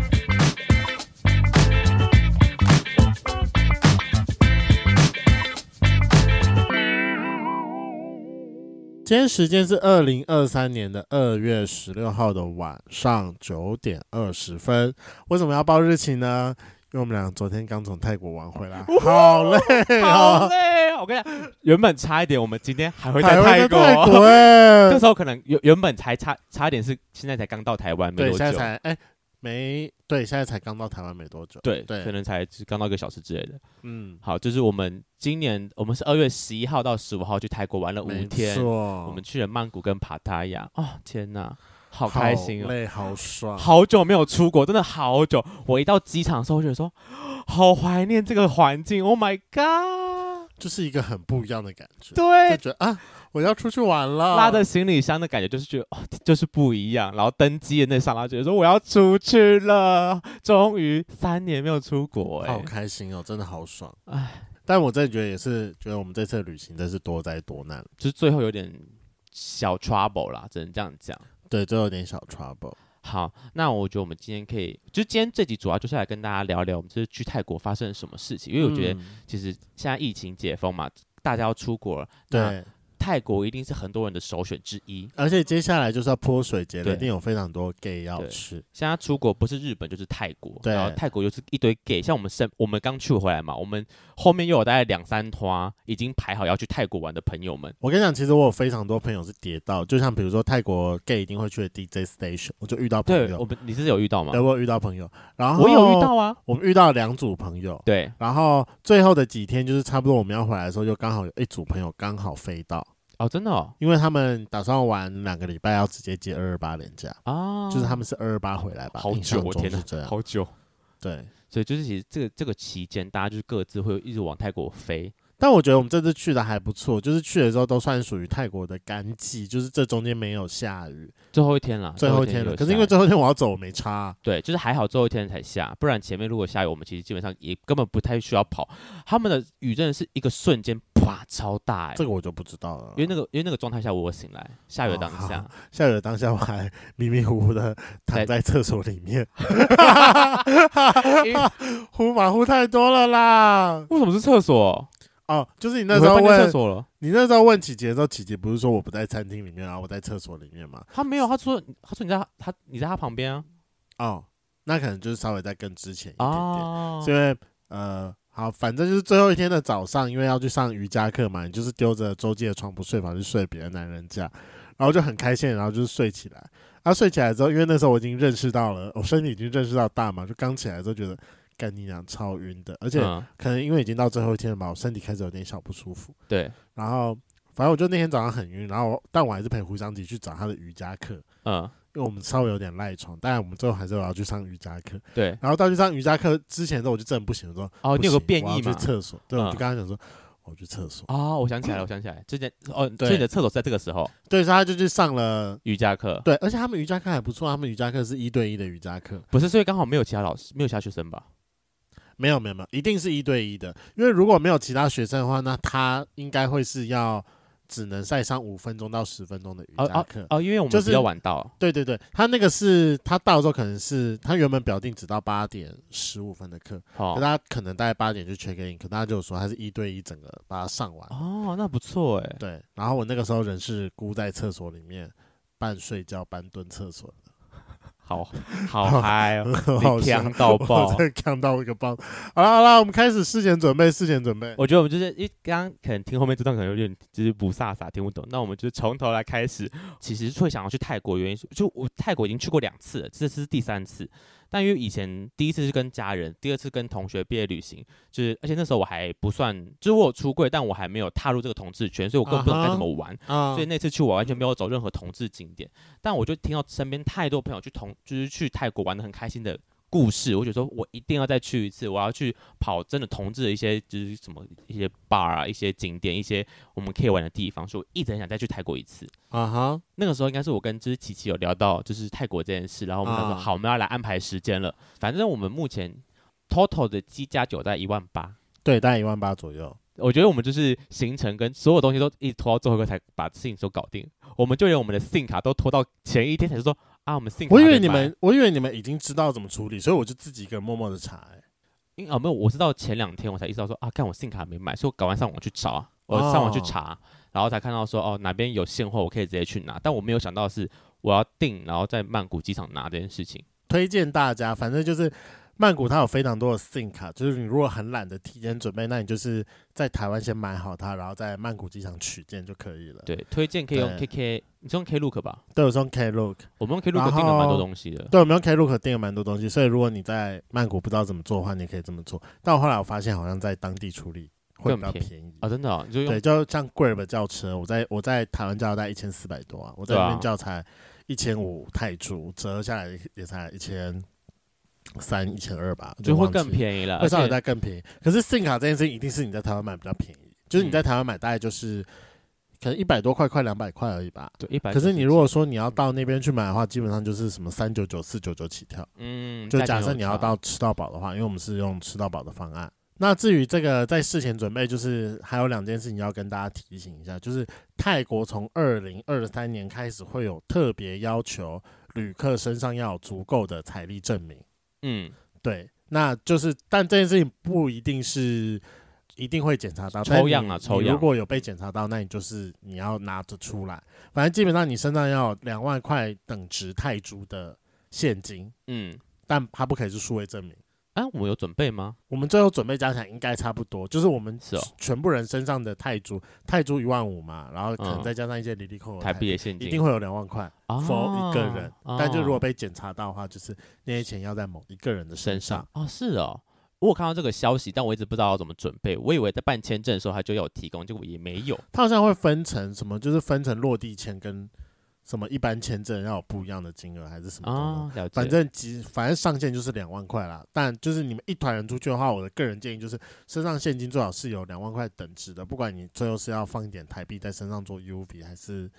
Speaker 1: 今天时间是二零二三年的二月十六号的晚上九点二十分。为什么要报日期呢？因为我们俩昨天刚从泰国玩回来，好累
Speaker 2: 好
Speaker 1: 哦，
Speaker 2: 累哦！我跟你讲，原本差一点，我们今天还会
Speaker 1: 还
Speaker 2: 在
Speaker 1: 会
Speaker 2: 泰
Speaker 1: 在泰
Speaker 2: 国。
Speaker 1: 国哎、
Speaker 2: 这时候可能原原本才差差一点是现在才刚到台湾没
Speaker 1: 对，
Speaker 2: 多
Speaker 1: 现在
Speaker 2: 久，
Speaker 1: 才哎、没对，现在才刚到台湾没多久。
Speaker 2: 对
Speaker 1: 对
Speaker 2: 可能才刚到一个小时之类的。
Speaker 1: 嗯，
Speaker 2: 好，就是我们今年我们是二月十一号到十五号去泰国玩了五
Speaker 1: 没
Speaker 2: 天，
Speaker 1: 错，
Speaker 2: 我们去了曼谷跟帕塔亚。哦，天哪，好
Speaker 1: 好
Speaker 2: 开心哦！
Speaker 1: 累好爽。
Speaker 2: 好久没有出国，真的好久。我一到机场的时候，我就觉得说， 好怀念这个环境。Oh my god！
Speaker 1: 就是一个很不一样的感觉，就
Speaker 2: 对，
Speaker 1: 觉得啊，我要出去玩了，
Speaker 2: 拉着行李箱的感觉就是觉得，哦，就是不一样。然后登机的那刹那，觉得说我要出去了， 终于三年没有出国、
Speaker 1: 好
Speaker 2: 哎，
Speaker 1: 开心哦，真的好爽。
Speaker 2: 唉，
Speaker 1: 但我真的觉得也是，觉得我们这次的旅行真是多灾多难。
Speaker 2: 就是最后有点小 trouble 啦，只能这样讲。
Speaker 1: 对，这有点小 trouble。
Speaker 2: 好，那我觉得我们今天可以，就今天这集主要就是来跟大家聊聊，我们这次去泰国发生了什么事情。因为我觉得
Speaker 1: 嗯
Speaker 2: 其实现在疫情解封嘛，大家要出国了，那
Speaker 1: 对，
Speaker 2: 泰国一定是很多人的首选之一。
Speaker 1: 而且接下来就是要泼水节了，
Speaker 2: 对
Speaker 1: 一定有非常多 gay 要
Speaker 2: 对
Speaker 1: 去。
Speaker 2: 现在出国不是日本就是泰国，
Speaker 1: 对
Speaker 2: 然后泰国又是一堆 gay，像我们身我们刚去回来嘛，我们后面又有大概两三团已经排好要去泰国玩的朋友们，
Speaker 1: 我跟你讲，其实我有非常多朋友是跌到，就像比如说泰国 gay 一定会去的 DJ station，我就遇到朋
Speaker 2: 对
Speaker 1: 友呃哦
Speaker 2: 我，们你是有遇到吗
Speaker 1: 对，？哎我有遇到朋友，然后
Speaker 2: 我有遇，到啊，
Speaker 1: 我们遇到两组朋友，
Speaker 2: 对，
Speaker 1: 然后最后的几天就是差不多我们要回来的时候，就刚好有一组朋友刚好飞到，
Speaker 2: 哦，真的哦，
Speaker 1: 因为他们打算玩两个礼拜，要直接接二二八连假，
Speaker 2: 啊，
Speaker 1: 就是他们是二二八回来吧，
Speaker 2: 好
Speaker 1: 印象
Speaker 2: 久，我
Speaker 1: 中
Speaker 2: 天
Speaker 1: 是
Speaker 2: 哪
Speaker 1: 这，样，
Speaker 2: 好久。哦
Speaker 1: 对。
Speaker 2: 所以就是其实这个这个期间，大家就是各自会一直往泰国飞。
Speaker 1: 但我觉得我们这次去的还不错，就是去的时候都算属于泰国的干季，就是这中间没有下雨，
Speaker 2: 最后一天啦，
Speaker 1: 最后一
Speaker 2: 一
Speaker 1: 天了。
Speaker 2: 有
Speaker 1: 可是因为
Speaker 2: 下
Speaker 1: 最后一天我要走，我没差啊、
Speaker 2: 对，就是还好最后一天才下，不然前面如果下雨，我们其实基本上也根本不太需要跑。他们的雨真的是一个瞬间，啪，超大哎、
Speaker 1: 这个我就不知道了。
Speaker 2: 因为那个因为那个状态下我有醒来，下雨的当下，
Speaker 1: 哦下雨的当下我还迷迷糊糊的躺
Speaker 2: 在
Speaker 1: 在厕所里面，
Speaker 2: 因为
Speaker 1: 呼马呼太多了啦。
Speaker 2: 为什么是厕所？
Speaker 1: 哦，就是你
Speaker 2: 你
Speaker 1: 那时
Speaker 2: 回
Speaker 1: 候
Speaker 2: 饭店厕
Speaker 1: 问，
Speaker 2: 所了？
Speaker 1: 你那时候问琪琪的时候，琪琪不是说我不在餐厅里面啊，我在厕所里面嘛？
Speaker 2: 他没有，他说他说你在他他你在他旁边啊
Speaker 1: 哦，那可能就是稍微再更之前一点点。
Speaker 2: 啊
Speaker 1: 是因为呃，好，反正就是最后一天的早上，因为要去上瑜伽课嘛，你就是丢着周记的床不睡，跑去睡别的男人家，然后就很开心，然后就是睡起来。然后睡起来之后，因为那时候我已经认识到了，我身体已经认识到大麻，就刚起来之后觉得。干你娘超晕的，而且
Speaker 2: 嗯
Speaker 1: 可能因为已经到最后一天了嘛，我身体开始有点小不舒服。
Speaker 2: 对
Speaker 1: 然后反正我就那天早上很晕，然后我但我还是陪胡湘琪去找他的瑜伽课，
Speaker 2: 嗯
Speaker 1: 因为我们稍微有点赖床，但我们最后还是有要去上瑜伽课。
Speaker 2: 对
Speaker 1: 然后到去上瑜伽课之前的时候，我就真的不行，我说
Speaker 2: 哦，你有个
Speaker 1: 不行
Speaker 2: 变
Speaker 1: 我要
Speaker 2: 异嘛
Speaker 1: 去？厕所，对，我
Speaker 2: 嗯
Speaker 1: 就跟他讲说，我去厕所。
Speaker 2: 啊、我想起来了，我想起来了，之前哦，
Speaker 1: 对
Speaker 2: 所以你的厕所是在这个时候
Speaker 1: 对，所以他就去上了。
Speaker 2: 瑜伽课，
Speaker 1: 对，而且他们瑜伽课还不错，他们瑜伽课是一对一的瑜伽课，
Speaker 2: 不是，所以刚好没有其他老师，没有其他学生吧？
Speaker 1: 没有没有没有，一定是一对一的，因为如果没有其他学生的话，那他应该会是要只能再上五分钟到十分钟的瑜
Speaker 2: 哦
Speaker 1: 伽
Speaker 2: 哦
Speaker 1: 课。
Speaker 2: 哦，因为我
Speaker 1: 就
Speaker 2: 们
Speaker 1: 是
Speaker 2: 比较晚到，
Speaker 1: 对对对，他那个是他到的时候可能是他原本表定只到八点十五分的课，可
Speaker 2: 哦
Speaker 1: 他可能大概八点就 check in，可他就有说他是一对一整个把它上完。
Speaker 2: 哦，那不错哎，
Speaker 1: 对，然后我那个时候人是孤在厕所里面，半睡觉半蹲厕所，
Speaker 2: 好好嗨哦，
Speaker 1: 很好
Speaker 2: 你
Speaker 1: 笑
Speaker 2: 强 到
Speaker 1: 我
Speaker 2: 爆！
Speaker 1: 再看到一个棒。好啦好啦，我们开始事前准备，事前准备。
Speaker 2: 我觉得我们就是因为刚刚可能听后面这段可能有点就是不飒飒听不懂，那我们就是从头来开始。其实会想要去泰国，原因是就我泰国已经去过两次了，这次是第三次。但因为以前第一次是跟家人，第二次跟同学毕业旅行，就是而且那时候我还不算，就是我有出柜，但我还没有踏入这个同志圈，所以我根本不懂该怎么玩。
Speaker 1: 啊
Speaker 2: 所以那次去我完全没有走任何同志景点，但我就听到身边太多朋友去同就是去泰国玩的很开心的故事，我就说我一定要再去一次，我要去跑真的同志的一些就是什么一些 bar 啊、一些景点、一些我们可以玩的地方，所以我一直很想再去泰国一次。
Speaker 1: 啊哈，
Speaker 2: 那个时候应该是我跟就是琪琪有聊到就是泰国这件事，然后我们想说、
Speaker 1: 啊
Speaker 2: 好，我们要来安排时间了。反正我们目前 total 的机加酒在一万八，
Speaker 1: 对，大概一万八左右。
Speaker 2: 我觉得我们就是行程跟所有东西都一直拖到最后一刻才把事情都搞定，我们就连我们的 SIM 卡都拖到前一天才说啊，我们 SIM 卡
Speaker 1: 我以为
Speaker 2: 还
Speaker 1: 你
Speaker 2: 没买
Speaker 1: 们，我以为你们已经知道怎么处理，所以我就自己一个人默默的查、欸。
Speaker 2: 因啊没有，我是到前两天我才意识到说啊，看我 SIM 卡还没买，所以我赶快上网去找啊，我上网去
Speaker 1: 哦
Speaker 2: 查，然后才看到说哦哪边有现货，我可以直接去拿，但我没有想到的是我要订，然后在曼谷机场拿这件事情。
Speaker 1: 推荐大家，反正就是曼谷它有非常多的 SIM 卡，就是你如果很懒得提前准备，那你就是在台湾先买好它，然后在曼谷机场取件就可以了。
Speaker 2: 对，推荐可以用
Speaker 1: 对
Speaker 2: KK，你是用 Klook 吧？
Speaker 1: 都有送 Klook，
Speaker 2: 我们用 Klook 订了蛮多东西的。
Speaker 1: 对，我们用 Klook 订了蛮多东西，所以如果你在曼谷不知道怎么做的话，你可以这么做。但我后来我发现，好像在当地处理会比较
Speaker 2: 更便宜
Speaker 1: 便宜。
Speaker 2: 啊，真的、哦，你就用
Speaker 1: 对，就像 Grab 叫车，我在我在台湾叫大概一千四百多啊，我在
Speaker 2: 对啊
Speaker 1: 那边叫才一千五泰铢，折合下来也才一千三、一千二吧，
Speaker 2: 就会
Speaker 1: 忘记
Speaker 2: 更便宜了，啊
Speaker 1: 会稍微
Speaker 2: 而且
Speaker 1: 再更便宜。可是 SIM 卡这件事情一定是你在台湾买比较便宜，就是你
Speaker 2: 嗯
Speaker 1: 在台湾买大概就是可能一百多块、快两百块而已吧。
Speaker 2: 对一百。
Speaker 1: 可是你如果说你要到那边去买的话，基本上就是什么三九九、四九九起跳。
Speaker 2: 嗯，
Speaker 1: 就
Speaker 2: 价钱
Speaker 1: 假
Speaker 2: 有
Speaker 1: 设你要
Speaker 2: 差
Speaker 1: 到吃到饱的话，因为我们是用吃到饱的方案，那至于这个在事前准备，就是还有两件事情要跟大家提醒一下，就是泰国从二零二三年开始会有特别要求，旅客身上要有足够的财力证明。
Speaker 2: 嗯，
Speaker 1: 对，那就是，但这件事情不一定是一定会检查到
Speaker 2: 抽样
Speaker 1: 但你
Speaker 2: 啊抽
Speaker 1: 你
Speaker 2: 样
Speaker 1: 如果有被检查到，那你就是你要拿着出来，反正基本上你身上要有两万块等值泰铢的现金，
Speaker 2: 嗯，
Speaker 1: 但它不可以是数位证明。
Speaker 2: 啊，我们有准备吗？
Speaker 1: 我们最后准备加起来应该差不多，就是我们
Speaker 2: 是哦
Speaker 1: 全部人身上的泰铢，泰铢一万五嘛，然后可能
Speaker 2: 嗯
Speaker 1: 再加上一些离离扣扣
Speaker 2: 台
Speaker 1: 哦台
Speaker 2: 币的现
Speaker 1: 一
Speaker 2: 金，
Speaker 1: 定会有两万块
Speaker 2: 啊
Speaker 1: for 一个人。
Speaker 2: 啊
Speaker 1: 但就如果被检查到的话，就是那些钱要在某一个人的身
Speaker 2: 身
Speaker 1: 上
Speaker 2: 上。哦，是哦。我有看到这个消息，但我一直不知道要怎么准备。我以为在办签证的时候他就要有提供，结果也 没有。
Speaker 1: 它好像会分成什么，就是分成落地签跟什么一般签证要有不一样的金额，还是什么的呢。
Speaker 2: 啊，了解。
Speaker 1: 反正几反正上限就是两万块啦，但就是你们一团人出去的话，我的个人建议就是身上现金最好是有两万块等值的，不管你最后是要放一点台币在身上做 UV 还是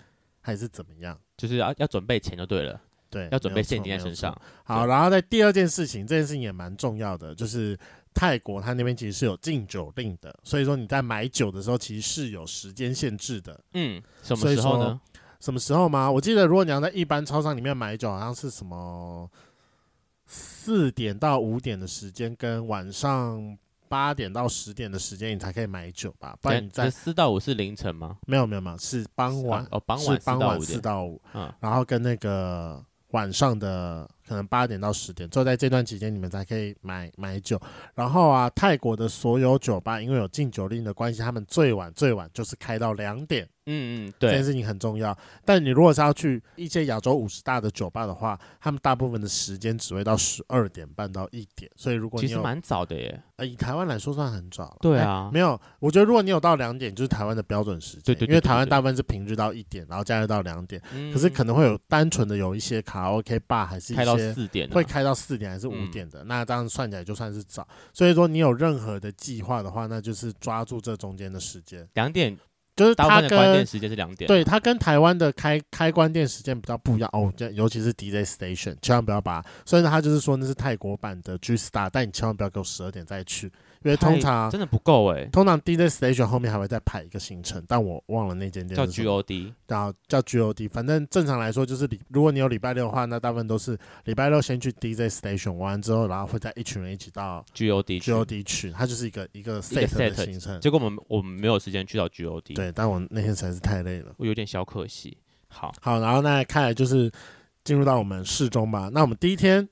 Speaker 1: 还是怎么样，
Speaker 2: 就是要要准备钱就对了，
Speaker 1: 对，
Speaker 2: 要准
Speaker 1: 没
Speaker 2: 备
Speaker 1: 有错
Speaker 2: 现金在
Speaker 1: 哎没有
Speaker 2: 身
Speaker 1: 错
Speaker 2: 上。
Speaker 1: 好，
Speaker 2: 对
Speaker 1: 然后在第二件事情，这件事情也蛮重要的，就是泰国它那边其实是有禁酒令的，所以说你在买酒的时候其实是有时间限制的。
Speaker 2: 嗯，什
Speaker 1: 所
Speaker 2: 么
Speaker 1: 以
Speaker 2: 时候
Speaker 1: 说
Speaker 2: 呢？
Speaker 1: 什么时候吗？我记得如果你要在一般超商里面买酒，好像是什么四点到五点的时间，跟晚上八点到十点的时间，你才可以买酒
Speaker 2: 哎
Speaker 1: 吧？不然你在
Speaker 2: 四到五是凌晨吗？
Speaker 1: 没有没有没有是傍晚，
Speaker 2: 哦，傍
Speaker 1: 是
Speaker 2: 晚
Speaker 1: 傍
Speaker 2: 到
Speaker 1: 晚
Speaker 2: 五
Speaker 1: 四
Speaker 2: 点。
Speaker 1: 到五，
Speaker 2: 嗯，
Speaker 1: 然后跟那个晚上的可能八点到十点，就在这段期间你们才可以买买酒。然后啊，泰国的所有酒吧因为有禁酒令的关系，他们最晚最晚就是开到两点，
Speaker 2: 嗯嗯，
Speaker 1: 这件
Speaker 2: 对，
Speaker 1: 事情很重要。但你如果是要去一些亚洲五十大的酒吧的话，他们大部分的时间只会到十二点半到一点，所以如果
Speaker 2: 其
Speaker 1: 你
Speaker 2: 实
Speaker 1: 有
Speaker 2: 蛮早的耶。
Speaker 1: 呃以台湾来说算很早了，
Speaker 2: 对
Speaker 1: 哎
Speaker 2: 啊
Speaker 1: 没有，我觉得如果你有到两点，就是台湾的标准时间，
Speaker 2: 对对对
Speaker 1: 因为
Speaker 2: 对对
Speaker 1: 台湾
Speaker 2: 对
Speaker 1: 大部分是平日到一点，然后假日到两点。可
Speaker 2: 可
Speaker 1: 是可能会有单纯的有一些卡拉 OK 吧，还是一
Speaker 2: 嗯开到
Speaker 1: 些
Speaker 2: 四点啊，
Speaker 1: 会开到四点还是五
Speaker 2: 嗯
Speaker 1: 点的，那这样算起来就算是早。所以说你有任何的计划的话，那就是抓住这中间的时间，
Speaker 2: 两点，
Speaker 1: 就是
Speaker 2: 大部
Speaker 1: 它
Speaker 2: 分的关
Speaker 1: 跟
Speaker 2: 店时间是两点。
Speaker 1: 对它跟台湾的开开关店时间比较不一样哦，这尤其是 DJ station，千万不要把它。虽然它就是说那是泰国版的 G Star，但你千万不要给我十二点再去，因为
Speaker 2: 太，
Speaker 1: 通常
Speaker 2: 真的不够哎，
Speaker 1: 通常 DJ station 后面还会再排一个行程，但我忘了那间店
Speaker 2: 叫
Speaker 1: 是什么
Speaker 2: GOD。
Speaker 1: 然后叫 GOD，反正正常来说就是礼，如果你有礼拜六的话，那大部分都是礼拜六先去 DJ station 玩完之后，然后会在一群人一起到
Speaker 2: GOD 去
Speaker 1: GOD 去，它就是一个一个
Speaker 2: 一个
Speaker 1: set 的
Speaker 2: set
Speaker 1: 行程。
Speaker 2: 结果我们我们没有时间去到 GOD，，
Speaker 1: 嗯对，但我那天实在是太累了。
Speaker 2: 我有点小可惜。好，
Speaker 1: 好，然后那看来就是进入到我们市中吧。那我们第一天，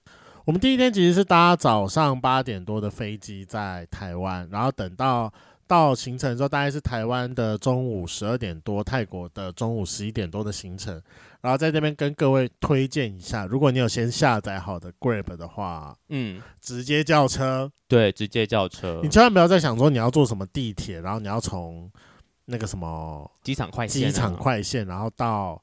Speaker 1: 我们第一天其实是搭早上八点多的飞机在台湾，然后等到到行程之后，大概是台湾的中午十二点多，泰国的中午十一点多的行程。然后在这边跟各位推荐一下，如果你有先下载好的 Grab 的话，
Speaker 2: 嗯，
Speaker 1: 直接叫车，
Speaker 2: 对，直接叫车
Speaker 1: 你，千万不要再想说你要坐什么地铁，然后你要从那个什么
Speaker 2: 机场快线啊，
Speaker 1: 机场快线，然后到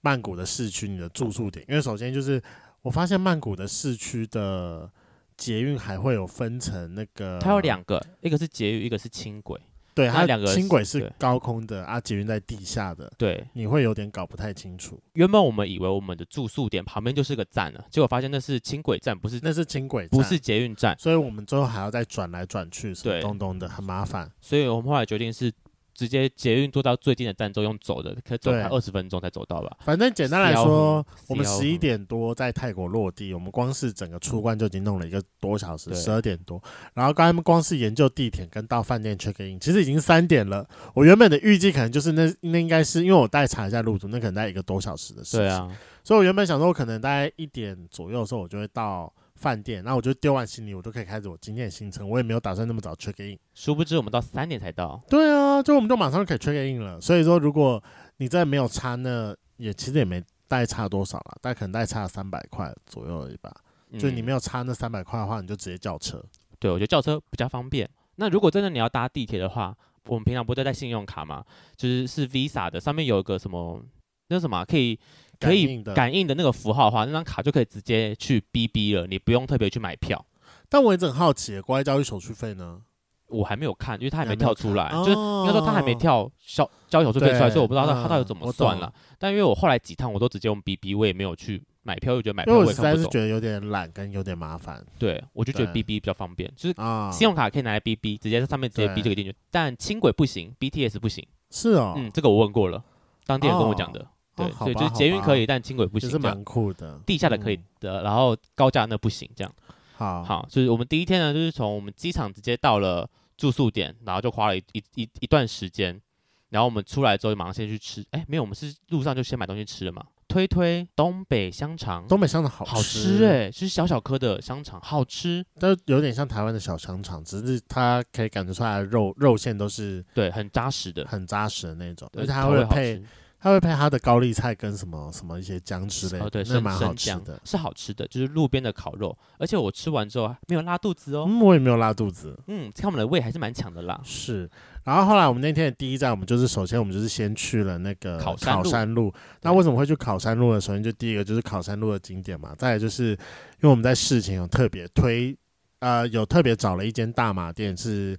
Speaker 1: 曼谷的市区，你的住宿点。因为首先就是我发现曼谷的市区的捷运还会有分成那个，
Speaker 2: 它有两个，一个是捷运，一个是轻轨。
Speaker 1: 对，
Speaker 2: 那
Speaker 1: 它
Speaker 2: 两个
Speaker 1: 轻轨
Speaker 2: 是
Speaker 1: 是
Speaker 2: 对
Speaker 1: 高空的啊，捷运在地下的，
Speaker 2: 对，
Speaker 1: 你会有点搞不太清楚。
Speaker 2: 原本我们以为我们的住宿点旁边就是个站啊了，结果发现那是轻轨站，不是
Speaker 1: 那是轻轨，
Speaker 2: 不是，捷运站，
Speaker 1: 所以我们最后还要再转来转去，什么
Speaker 2: 对
Speaker 1: 东东的，很麻烦。
Speaker 2: 所以我们后来决定是直接捷运坐到最近的站之后用走的，可以走
Speaker 1: 对
Speaker 2: 快二十分钟才走到吧。
Speaker 1: 反正简单来说，
Speaker 2: CL
Speaker 1: 我们
Speaker 2: CL
Speaker 1: 十一点多在泰国落地，我们光是整个出关就已经弄了一个多小时，
Speaker 2: 对
Speaker 1: 十二点多。然后刚才他们光是研究地点跟到饭店 check in，其实已经三点了。我原本的预计可能就是那那应该是因为我再查一下路途，那可能在一个多小时的事情。
Speaker 2: 对，啊，
Speaker 1: 所以我原本想说，我可能大概一点左右的时候我就会到饭店，那我就丢完行李，我就可以开始我今天的行程。我也没有打算那么早 check in。
Speaker 2: 殊不知我们到三点才到。
Speaker 1: 对啊，就我们就马上可以 check in 了。所以说，如果你真的没有差呢，也其实也没大概差多少啦，大概可能大概差三百块左右而已吧。
Speaker 2: 嗯
Speaker 1: 就你没有差那三百块的话，你就直接叫车。
Speaker 2: 对，我觉得叫车比较方便。那如果真的你要搭地铁的话，我们平常不都带信用卡嘛，就是是 Visa 的，上面有一个什么那什么啊可以可
Speaker 1: 感
Speaker 2: 以
Speaker 1: 应的
Speaker 2: 感应的那个符号的话，那张卡就可以直接去 BB 了，你不用特别去买票。
Speaker 1: 但我一直很好奇，国外教育手续费呢？
Speaker 2: 我还没有看，因为它还
Speaker 1: 你还
Speaker 2: 没
Speaker 1: 没
Speaker 2: 跳
Speaker 1: 有
Speaker 2: 出
Speaker 1: 看
Speaker 2: 来，
Speaker 1: 哦
Speaker 2: 啊就是应该说它还没跳交交手续费出来，
Speaker 1: 对
Speaker 2: 所以我不知道它
Speaker 1: 嗯
Speaker 2: 它到底怎么
Speaker 1: 我
Speaker 2: 算
Speaker 1: 懂
Speaker 2: 了。但因为我后来几趟我都直接用 BB，我也没有去买票，又觉得买
Speaker 1: 因
Speaker 2: 票
Speaker 1: 为我
Speaker 2: 也
Speaker 1: 实
Speaker 2: 看
Speaker 1: 在
Speaker 2: 不
Speaker 1: 是
Speaker 2: 懂。
Speaker 1: 觉得有点懒跟有点麻烦
Speaker 2: 对，我就觉得
Speaker 1: 对
Speaker 2: BB 比较方便，就是
Speaker 1: 啊。
Speaker 2: 信用卡可以拿来 BB，直接在上面直接
Speaker 1: 对
Speaker 2: B 这个进去，但轻轨不行，BTS 不行。
Speaker 1: 是哦，
Speaker 2: 嗯，这个我问过了，当地人跟我讲的。
Speaker 1: 哦
Speaker 2: 对，
Speaker 1: 好
Speaker 2: 所以
Speaker 1: 吧
Speaker 2: 就是捷运
Speaker 1: 好吧
Speaker 2: 可以，但轻轨不
Speaker 1: 也
Speaker 2: 行，
Speaker 1: 是
Speaker 2: 这样
Speaker 1: 蛮酷的。
Speaker 2: 地下的可以
Speaker 1: 嗯
Speaker 2: 的，然后高架那不行，这样。
Speaker 1: 好，
Speaker 2: 好，所以我们第一天呢，就是从我们机场直接到了住宿点，然后就花了一一一一段时间，然后我们出来之后，马上先去吃，哎，没有，我们是路上就先买东西吃了嘛。推推东北香肠，
Speaker 1: 东北香肠好
Speaker 2: 好
Speaker 1: 吃
Speaker 2: 吃哎、就是小小颗的香肠，好吃，
Speaker 1: 但有点像台湾的小香肠，只是它可以感觉出来的肉肉馅都是
Speaker 2: 对，很扎实的，
Speaker 1: 很扎实的那种，而
Speaker 2: 对
Speaker 1: 且它
Speaker 2: 口
Speaker 1: 会
Speaker 2: 味好
Speaker 1: 配
Speaker 2: 吃
Speaker 1: 它会配它的高丽菜跟什么什么一些姜之类的，
Speaker 2: 哦，对，
Speaker 1: 那
Speaker 2: 生
Speaker 1: 蛮好
Speaker 2: 生
Speaker 1: 吃
Speaker 2: 姜
Speaker 1: 的。
Speaker 2: 是好吃的，就是路边的烤肉，而且我吃完之后没有拉肚子哦，
Speaker 1: 嗯，我也没有拉肚子。
Speaker 2: 嗯，看我们的胃还是蛮强的啦。
Speaker 1: 是，然后后来我们那天的第一站，我们就是首先我们就是先去了那个
Speaker 2: 考山
Speaker 1: 考
Speaker 2: 路
Speaker 1: 山路。那为什么会去考山路呢？首先就第一个就是考山路的景点嘛，再来就是因为我们在事前有特别推，呃，有特别找了一间大麻店是。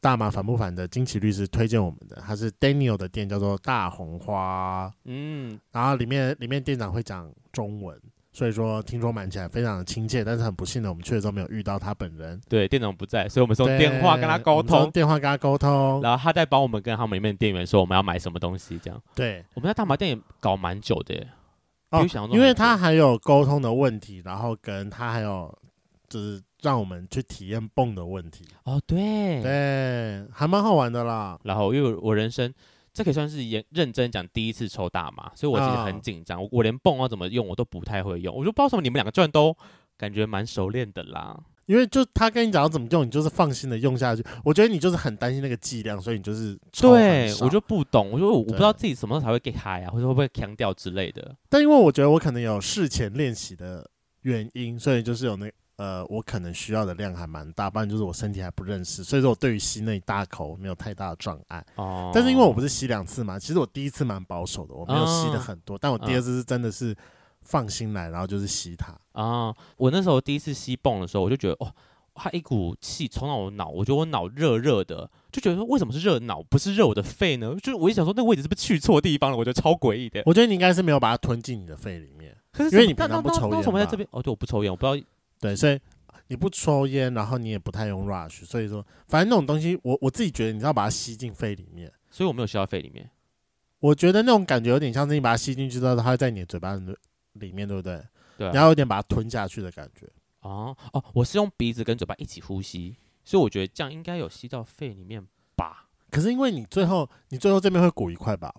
Speaker 1: 大麻反不反的金奇律师推荐我们的，他是 Daniel 的店，叫做大红花，
Speaker 2: 嗯，
Speaker 1: 然后里面里面店长会讲中文，所以说听说蛮起来非常的亲切，但是很不幸的，我们去的时候没有遇到他本人，
Speaker 2: 对，店长不在，所以我们是用电话跟他
Speaker 1: 对
Speaker 2: 沟
Speaker 1: 我们用
Speaker 2: 通，
Speaker 1: 电话跟他沟通，
Speaker 2: 然后他在帮我们跟他们里面的店员说我们要买什么东西，这样。
Speaker 1: 对，
Speaker 2: 我们在大麻店也搞蛮久的耶，
Speaker 1: 哦
Speaker 2: 比我想象中
Speaker 1: 因为
Speaker 2: 还久
Speaker 1: 他还有沟通的问题，然后跟他还有就是让我们去体验蹦的问题，
Speaker 2: 哦对，
Speaker 1: 对，还蛮好玩的啦。
Speaker 2: 然后因为我人生。这可以算是严认真讲第一次抽大麻，所以我其实很
Speaker 1: 啊
Speaker 2: 紧张，我我连蹦要怎么用我都不太会用，我就不知道为什么你们两个居然都感觉蛮熟练的啦。
Speaker 1: 因为就他跟你讲要怎么用，你就是放心的用下去。我觉得你就是很担心那个剂量，所以你就是抽很
Speaker 2: 对，
Speaker 1: 少
Speaker 2: 我就不懂，我就我不
Speaker 1: 对
Speaker 2: 知道自己什么时候才会 get high 啊，或者会不会强调之类的。
Speaker 1: 但因为我觉得我可能有事前练习的原因，所以就是有那呃，我可能需要的量还蛮大，不然就是我身体还不认识，所以说我对于吸那一大口没有太大的障碍。
Speaker 2: 哦，
Speaker 1: 但是因为我不是吸两次嘛，其实我第一次蛮保守的，我没有吸的很多，但我第二
Speaker 2: 嗯
Speaker 1: 次是真的是放心来，然后就是吸它。
Speaker 2: 啊，我那时候第一次吸泵的时候，我就觉得哦，它一股气冲到我脑，我觉得我脑热热的，就觉得说为什么是热脑，不是热我的肺呢？就是我一想说那个位置是不是去错地方了，我觉得超诡异 的。
Speaker 1: 我觉得你应该是没有把它吞进你的肺里面，
Speaker 2: 可是
Speaker 1: 因为
Speaker 2: 什么
Speaker 1: 你平
Speaker 2: 那
Speaker 1: 常不
Speaker 2: 那那
Speaker 1: 抽
Speaker 2: 那
Speaker 1: 烟
Speaker 2: 为什么在
Speaker 1: 吧
Speaker 2: 这边？哦，对，我不抽烟，我不知道。
Speaker 1: 对，所以你不抽烟，然后你也不太用 rush，所以说反正那种东西，我我自己觉得你要把它吸进肺里面。
Speaker 2: 所以我没有吸到肺里面，
Speaker 1: 我觉得那种感觉有点像是你把它吸进去之后，它会在你的嘴巴里里面，对不对？
Speaker 2: 对啊
Speaker 1: 然后有点把它吞下去的感觉。
Speaker 2: 哦哦，我是用鼻子跟嘴巴一起呼吸，所以我觉得这样应该有吸到肺里面吧？
Speaker 1: 可是因为你最后你最后这边会鼓一块吧，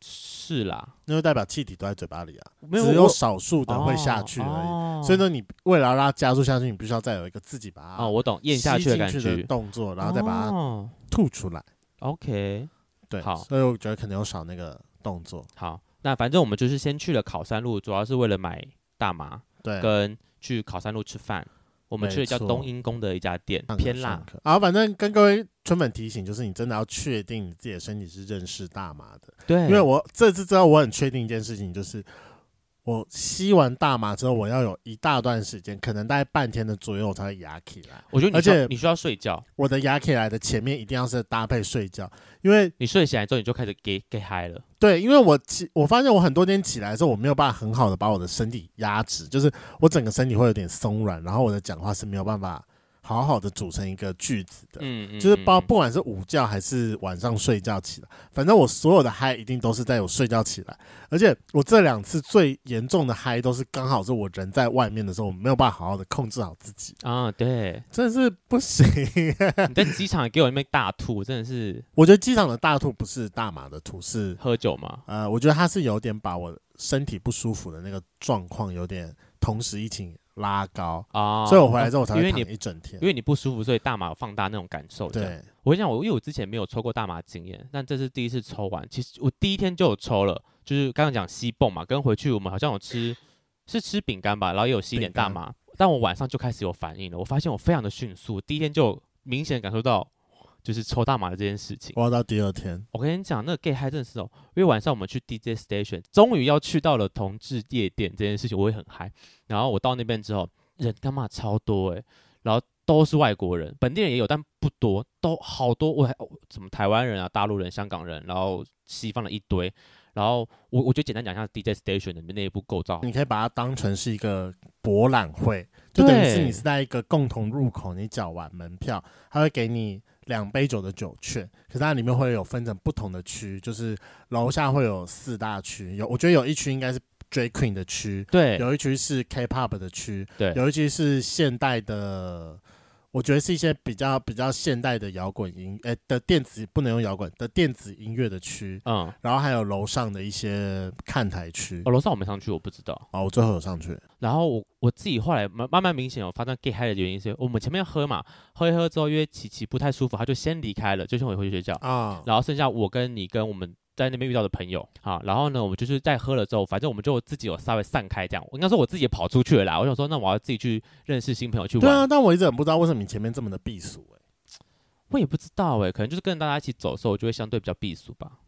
Speaker 2: 是啦，
Speaker 1: 那就代表气体都在嘴巴里啊，
Speaker 2: 没有
Speaker 1: 只有
Speaker 2: 我
Speaker 1: 少数的会下
Speaker 2: 哦
Speaker 1: 去而已。
Speaker 2: 哦
Speaker 1: 所以呢，你为了要让它加速下去，你必须要再有一个自己把它
Speaker 2: 哦，我懂，咽下
Speaker 1: 吸
Speaker 2: 去的
Speaker 1: 进
Speaker 2: 感
Speaker 1: 的
Speaker 2: 觉，
Speaker 1: 动作，然后再把它
Speaker 2: 哦、
Speaker 1: 吐出来。
Speaker 2: OK，
Speaker 1: 对，
Speaker 2: 好
Speaker 1: 所以我觉得可能有少那个动作。
Speaker 2: 好，那反正我们就是先去了考山路，主要是为了买大麻
Speaker 1: 对，
Speaker 2: 跟去考山路吃饭。我们去了
Speaker 1: 没
Speaker 2: 叫
Speaker 1: 错
Speaker 2: 冬阴功的一家店，
Speaker 1: 上课
Speaker 2: 偏辣
Speaker 1: 上。课。好，反正跟各位春粉提醒，就是你真的要确定你自己的身体是认识大麻的，
Speaker 2: 对，
Speaker 1: 因为我这次知道我很确定一件事情，就是。我吸完大麻之后，我要有一大段时间，可能大概半天的左右，我才会牙起来。
Speaker 2: 我觉得你
Speaker 1: 而
Speaker 2: 需要
Speaker 1: 且
Speaker 2: 你需要睡觉，
Speaker 1: 我的牙起来的前面一定要是搭配睡觉，因为
Speaker 2: 你睡起来之后你就开始给给嗨了。
Speaker 1: 对，因为我起，我发现我很多天起来的时候，我没有办法很好的把我的身体压直，就是我整个身体会有点松软，然后我的讲话是没有办法好好的组成一个句子的。
Speaker 2: 嗯，嗯
Speaker 1: 就是
Speaker 2: 嗯
Speaker 1: 包
Speaker 2: 嗯
Speaker 1: 不管是午觉还是晚上睡觉起来，反正我所有的嗨一定都是在我睡觉起来，而且我这两次最严重的嗨都是刚好是我人在外面的时候，我没有办法好好的控制好自己，
Speaker 2: 啊，对，
Speaker 1: 真的是不行。
Speaker 2: 你在机场给我那边大吐，真的是
Speaker 1: 我觉得机场的大吐不是大马的吐，是
Speaker 2: 喝酒嘛？
Speaker 1: 呃，我觉得他是有点把我身体不舒服的那个状况有点同时一起拉高，
Speaker 2: 啊，
Speaker 1: 所以我回来之后我才
Speaker 2: 因
Speaker 1: 会
Speaker 2: 为
Speaker 1: 躺
Speaker 2: 你
Speaker 1: 一整天
Speaker 2: 因。为你不舒服，所以大麻有放大那种感受。这样
Speaker 1: 对，
Speaker 2: 我跟你讲，我因为我之前没有抽过大麻经验，但这是第一次抽完。其实我第一天就有抽了，就是刚刚讲吸泵嘛，跟回去我们好像有吃，是吃饼干吧，然后也有吸一点大麻。但我晚上就开始有反应了，我发现我非常的迅速，第一天就明显感受到就是抽大麻的这件事情。
Speaker 1: 我要到第二天，
Speaker 2: 我跟你讲，那个 gay 嗨真的是哦，因为晚上我们去 DJ station，终于要去到了同志夜店这件事情，我也很嗨。然后我到那边之后，人他妈超多诶、然后都是外国人，本地人也有，但不多，都好多。我还哦怎么台湾人啊、大陆人、香港人，然后西方的一堆。然后我我觉得简单讲一下 DJ Station 的内部构造，
Speaker 1: 你可以把它当成是一个博览会，就等于是
Speaker 2: 对
Speaker 1: 你是在一个共同入口，你缴完门票，他会给你两杯酒的酒券，可是它里面会有分成不同的区，就是楼下会有四大区，有我觉得有一区应该是 Drag Queen 的区，
Speaker 2: 对
Speaker 1: 有一区是 K-pop 的区，
Speaker 2: 对
Speaker 1: 有一区是现代的。我觉得是一些比较比较现代的摇滚音，诶、的电子不能用摇滚的电子音乐的区，
Speaker 2: 嗯，
Speaker 1: 然后还有楼上的一些看台区
Speaker 2: 哦，。楼上我没上去，我不知道。
Speaker 1: 哦，我最后有上去，
Speaker 2: 然后我我自己后来慢慢慢明显有发现 gay 嗨的原因是，我们前面喝嘛，喝一喝之后，因为琪琪不太舒服，他就先离开了，就先回回学校。
Speaker 1: 啊，
Speaker 2: 然后剩下我跟你跟我们在那边遇到的朋友啊，然后呢，我们就是在喝了之后，反正我们就自己有稍微散开这样。我应该说我自己也跑出去了啦，我想说那我要自己去认识新朋友去
Speaker 1: 对
Speaker 2: 玩，
Speaker 1: 啊，但我一直很不知道为什么你前面这么的避暑哎、
Speaker 2: 我也不知道哎、可能就是跟大家一起走的时候，我就会相对比较避暑吧。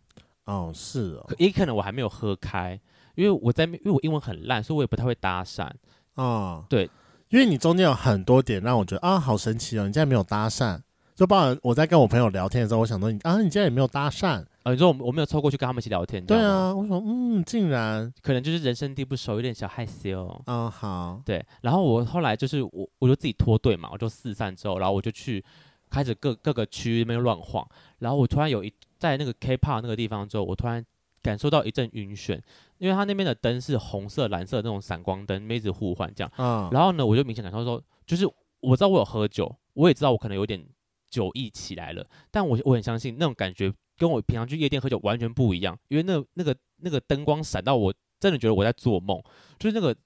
Speaker 1: 哦，是哦
Speaker 2: 可，也可能我还没有喝开，因为我在因为我英文很烂，所以我也不太会搭讪。
Speaker 1: 啊、
Speaker 2: 对，
Speaker 1: 因为你中间有很多点让我觉得啊，好神奇哦，你竟然没有搭讪。就包含我在跟我朋友聊天的时候，我想说你啊，你竟然也没有搭讪，
Speaker 2: 啊，你说我们我没有凑过去跟他们一起聊天，你知
Speaker 1: 对
Speaker 2: 道吗，
Speaker 1: 啊，我说嗯，竟然
Speaker 2: 可能就是人生地不熟，有点小害羞。
Speaker 1: 啊好，
Speaker 2: 对，然后我后来就是我我就自己脱队嘛，我就四散之后，然后我就去开始各各个区域那边乱晃，然后我突然有一在那个 K-pop 那个地方之后，我突然感受到一阵晕眩，因为它那边的灯是红色、蓝色那种闪光灯，妹子互换这样。
Speaker 1: 啊
Speaker 2: 然后呢，我就明显感受到说，就是我知道我有喝酒，我也知道我可能有点酒意起来了，但我我很相信那种感觉跟我平常去夜店喝酒完全不一样，因为那那个那个灯光闪到我，真的觉得我在做梦，就是那个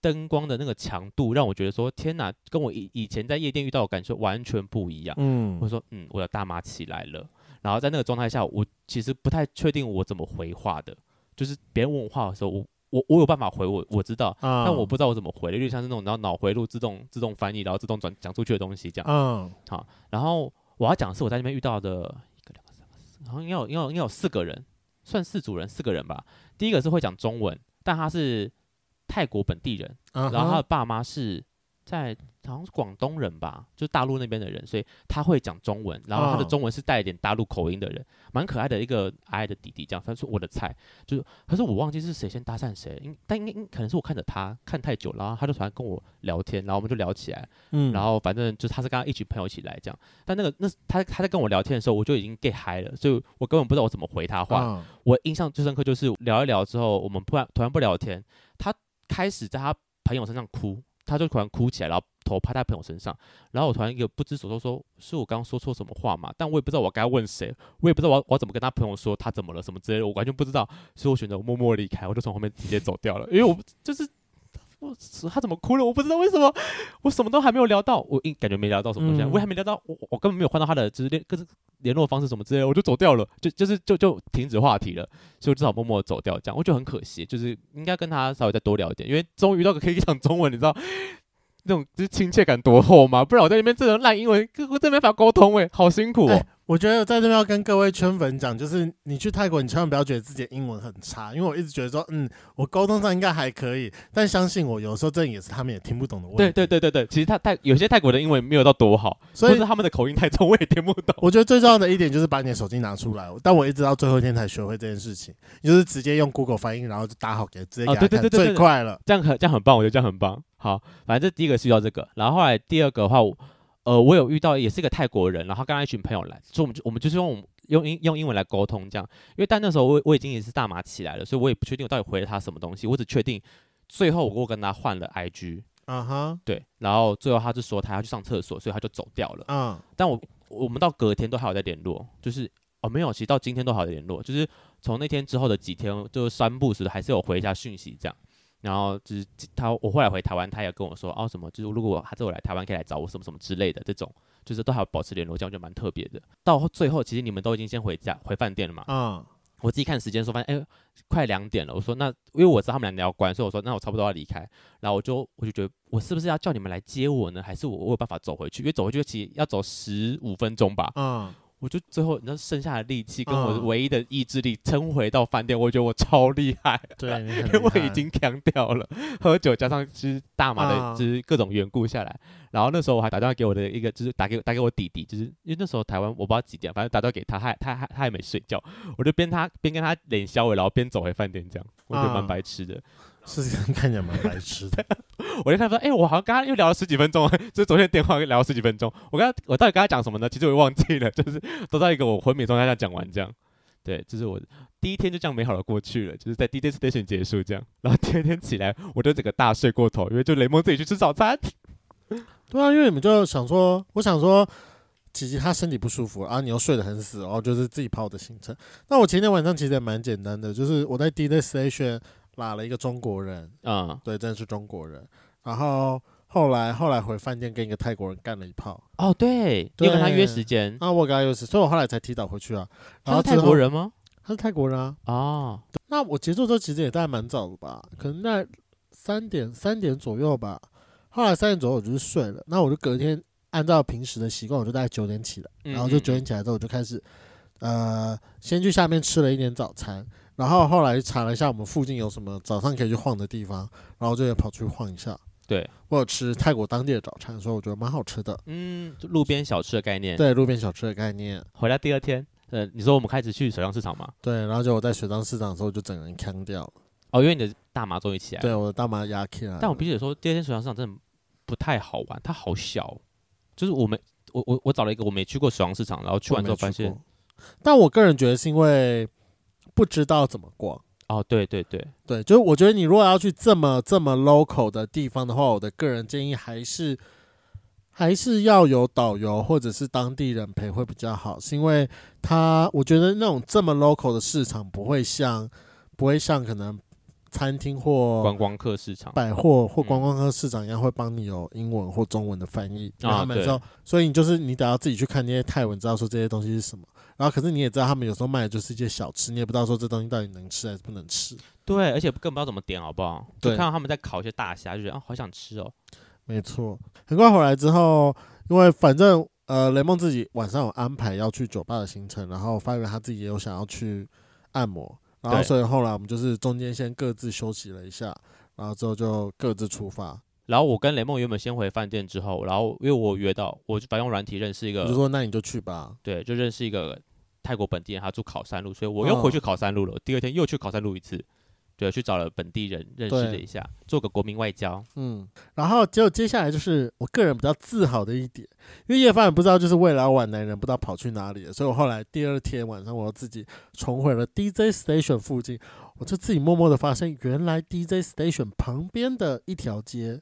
Speaker 2: 灯光的那个强度让我觉得说，天哪，跟我以以前在夜店遇到的感受完全不一样。我
Speaker 1: 嗯，
Speaker 2: 说，嗯，我的大麻起来了。然后在那个状态下，我其实不太确定我怎么回话的，就是别人问我话的时候，我我我有办法回我我知道，
Speaker 1: 啊
Speaker 2: 但我不知道我怎么回的，有点像是那种然后脑回路自动自动翻译，然后自动转讲出去的东西这样。
Speaker 1: 嗯
Speaker 2: 然后我要讲的是我在那边遇到的一个、两个、三个、四，好像应该有应该有应该有四个人，算四组人，四个人吧。第一个是会讲中文，但他是泰国本地人，
Speaker 1: 啊
Speaker 2: 然后他
Speaker 1: 哈
Speaker 2: 的爸妈是在好像是广东人吧，就是大陆那边的人，所以他会讲中文，然后他的
Speaker 1: 嗯
Speaker 2: 中文是带一点大陆口音的人，蛮可爱的一个矮矮的弟弟，这样他说我的菜，就是可是我忘记是谁先搭讪谁，应但应该应可能是我看着他看太久了，然后他就突然跟我聊天，然后我们就聊起来，
Speaker 1: 嗯
Speaker 2: 然后反正就是他是刚刚一群朋友一起来这样，但那个那他他在跟我聊天的时候，我就已经 get 嗨了，所以我根本不知道我怎么回他话，
Speaker 1: 啊
Speaker 2: 我印象最深刻就是聊一聊之后，我们突然突然不聊天，他开始在他朋友身上哭，他就突然哭起来，然后头趴在朋友身上，然后我突然有不知所措说，是我刚刚说错什么话嘛？但我也不知道我该问谁，我也不知道我要我要怎么跟他朋友说他怎么了什么之类的，我完全不知道，所以我选择默默离开，我就从后面直接走掉了，因为我就是。我他怎么哭了？我不知道为什么，我什么都还没有聊到，我应感觉没聊到什么东西啊，
Speaker 1: 嗯
Speaker 2: 我也还没聊到，我我根本没有换到他的就是联各自联络方式什么之类的，我就走掉了，就就是就就停止话题了。所以我至少默默地走掉，这样我觉得很可惜，就是应该跟他稍微再多聊一点，因为终于遇到个可以讲中文，你知道 那种就是亲切感多厚吗？不然我在那边这种烂英文，跟我真没法沟通哎、好辛苦哦
Speaker 1: 哎。我觉得在这边要跟各位圈粉讲，就是你去泰国，你千万不要觉得自己的英文很差，因为我一直觉得说，嗯，我沟通上应该还可以，但相信我，有时候这也是他们也听不懂的问题。
Speaker 2: 对对对对对，其实他泰有些泰国的英文没有到多好，
Speaker 1: 所
Speaker 2: 或
Speaker 1: 以
Speaker 2: 是他们的口音太重，我也听不懂。
Speaker 1: 我觉得最重要的一点就是把你的手机拿出来，但我一直到最后一天才学会这件事情，你就是直接用 Google 翻译，然后就打好给直接给
Speaker 2: 啊
Speaker 1: 他
Speaker 2: 对对
Speaker 1: 看，
Speaker 2: 对对对
Speaker 1: 最快了。
Speaker 2: 这样很这样很棒，我觉得这样很棒。好，反正这第一个是遇到这个，然后后来第二个的话，我呃，我有遇到也是一个泰国人，然后刚刚一群朋友来，所以我们就我们就是用用英用英文来沟通这样，因为但那时候我我已经也是大麻起来了，所以我也不确定我到底回了他什么东西，我只确定最后我跟他换了 IG，
Speaker 1: 啊哈，
Speaker 2: 对，然后最后他就说他要去上厕所，所以他就走掉了。
Speaker 1: 嗯
Speaker 2: 但我我们到隔天都还有在联络，就是哦没有，其实到今天都还有在联络，就是从那天之后的几天，就是三不时地还是有回一下讯息这样。然后就是他，我后来回台湾，他也跟我说，哦，什么，就是如果我他之后来台湾，可以来找我什么什么之类的，这种就是都还有保持联络，这样就蛮特别的。到最后，其实你们都已经先回家回饭店了嘛，
Speaker 1: 嗯
Speaker 2: 我自己看时间说，发现哎、快两点了。我说那，因为我知道他们俩要关，所以我说那我差不多要离开。然后我就我就觉得，我是不是要叫你们来接我呢？还是我我有办法走回去？因为走回去其实要走十五分钟吧。
Speaker 1: 嗯，
Speaker 2: 我就最后你知道剩下的力气跟
Speaker 1: 嗯
Speaker 2: 我唯一的意志力撑回到饭店，我觉得我超厉害，
Speaker 1: 对，你 很
Speaker 2: 因为
Speaker 1: 厉
Speaker 2: 我
Speaker 1: 害
Speaker 2: 已经扛掉了 喝酒加上就是大麻
Speaker 1: 啊
Speaker 2: 的，就是各种缘故下来。然后那时候我还打电话给我的一个，就是打给打给我弟弟，就是因为那时候台湾我不知道几点，反正打电话给他，他还他还他还没睡觉，我就边他边跟他脸消尾，然后边走回饭店，这样我觉得
Speaker 1: 啊
Speaker 2: 蛮白痴的。
Speaker 1: 是这样看起来蛮白痴的。
Speaker 2: 我就看说，哎、我好像跟他又聊了十几分钟， 就是昨天电话聊了十几分钟。我跟他，我到底跟他讲什么呢？其实我也忘记了， 就是都在一个我昏迷状态下讲完这样。对，就是我第一天就这样美好的过去了，就是在 DJ station 结束这样，然后第二天起来我就整个大睡过头，因为就雷蒙自己去吃早餐。
Speaker 1: 对啊，因为你们就想说，我想说，琪琪她身体不舒服啊，你又睡得很死，然后就是自己跑我的行程。那我前天晚上其实也蛮简单的，就是我在 DJ station 拉了一个中国人，
Speaker 2: 嗯，
Speaker 1: 对，真的是中国人。然后后来后来回饭店跟一个泰国人干了一炮
Speaker 2: 哦，对，
Speaker 1: 对
Speaker 2: 因为跟他约时间，
Speaker 1: 啊，我跟他有事，所以我后来才提早回去啊。然
Speaker 2: 他
Speaker 1: 后
Speaker 2: 是
Speaker 1: 之
Speaker 2: 泰
Speaker 1: 后
Speaker 2: 国，人吗？
Speaker 1: 他是泰国人啊。
Speaker 2: 哦，
Speaker 1: 那我结束之后其实也大概蛮早的吧，
Speaker 2: 嗯
Speaker 1: 可能在三点三点左右吧。后来三点左右我就是睡了，那我就隔天按照平时的习惯，我就大概九点起来。
Speaker 2: 嗯
Speaker 1: 然后就九点起来之后，我就开始，呃，先去下面吃了一点早餐，然后后来查了一下我们附近有什么早上可以去晃的地方，然后就也跑出去晃一下。
Speaker 2: 对，
Speaker 1: 我有吃泰国当地的早餐，所以我觉得蛮好吃的。
Speaker 2: 嗯，就路边小吃的概念。，
Speaker 1: 对，路边小吃的概念。
Speaker 2: 回来第二天，呃，你说我们开始去水上市场吗？
Speaker 1: 对，然后就我在水上市场的时候，我就整个人呛掉了。
Speaker 2: 哦，因为你的大麻终于起来了。
Speaker 1: 对，我的大麻压起来了。
Speaker 2: 但我必须得说，第二天水上市场真的不太好玩，它好小，就是我没我我我找了一个我没去过水上市场，然后去
Speaker 1: 我
Speaker 2: 完之
Speaker 1: 没
Speaker 2: 后发
Speaker 1: 去
Speaker 2: 现，
Speaker 1: 过，但我个人觉得是因为不知道怎么逛。
Speaker 2: 哦，对对对，
Speaker 1: 对，就是我觉得你如果要去这么这么 local 的地方的话，我的个人建议还是还是要有导游或者是当地人陪会比较好，是因为他我觉得那种这么 local 的市场不会像不会像可能餐厅或
Speaker 2: 观光客市场，
Speaker 1: 百货或观光客市场一样会帮你有英文或中文的翻译，
Speaker 2: 啊
Speaker 1: 让他们知道，所以你就是你得要自己去看那些泰文，知道说这些东西是什么。然后，可是你也知道，他们有时候卖的就是一些小吃，你也不知道说这东西到底能吃还是不能吃。
Speaker 2: 对，而且更不知道怎么点，好不好？就
Speaker 1: 对
Speaker 2: 看到他们在烤一些大虾，就觉得啊，好想吃哦。
Speaker 1: 没错，很快回来之后，因为反正呃，雷梦自己晚上有安排要去酒吧的行程，然后发觉他自己也有想要去按摩，然后
Speaker 2: 对
Speaker 1: 所以后来我们就是中间先各自休息了一下，然后之后就各自出发。
Speaker 2: 然后我跟雷梦原本先回饭店之后，然后因为我约到，我就把用软体认识一
Speaker 1: 我
Speaker 2: 个
Speaker 1: 就，说那你就去吧，
Speaker 2: 对，就认识一个泰国本地人，他住考山路，所以我又
Speaker 1: 嗯
Speaker 2: 回去考山路了。我第二天又去考山路一次，对，去找了本地人认识
Speaker 1: 对
Speaker 2: 了一下，做个国民外交。
Speaker 1: 嗯，然后结果接下来就是我个人比较自豪的一点，因为叶凡也不知道就是为了要玩男人不知道跑去哪里了，所以我后来第二天晚上我又自己重回了 DJ Station 附近，我就自己默默的发现，原来 DJ Station 旁边的一条街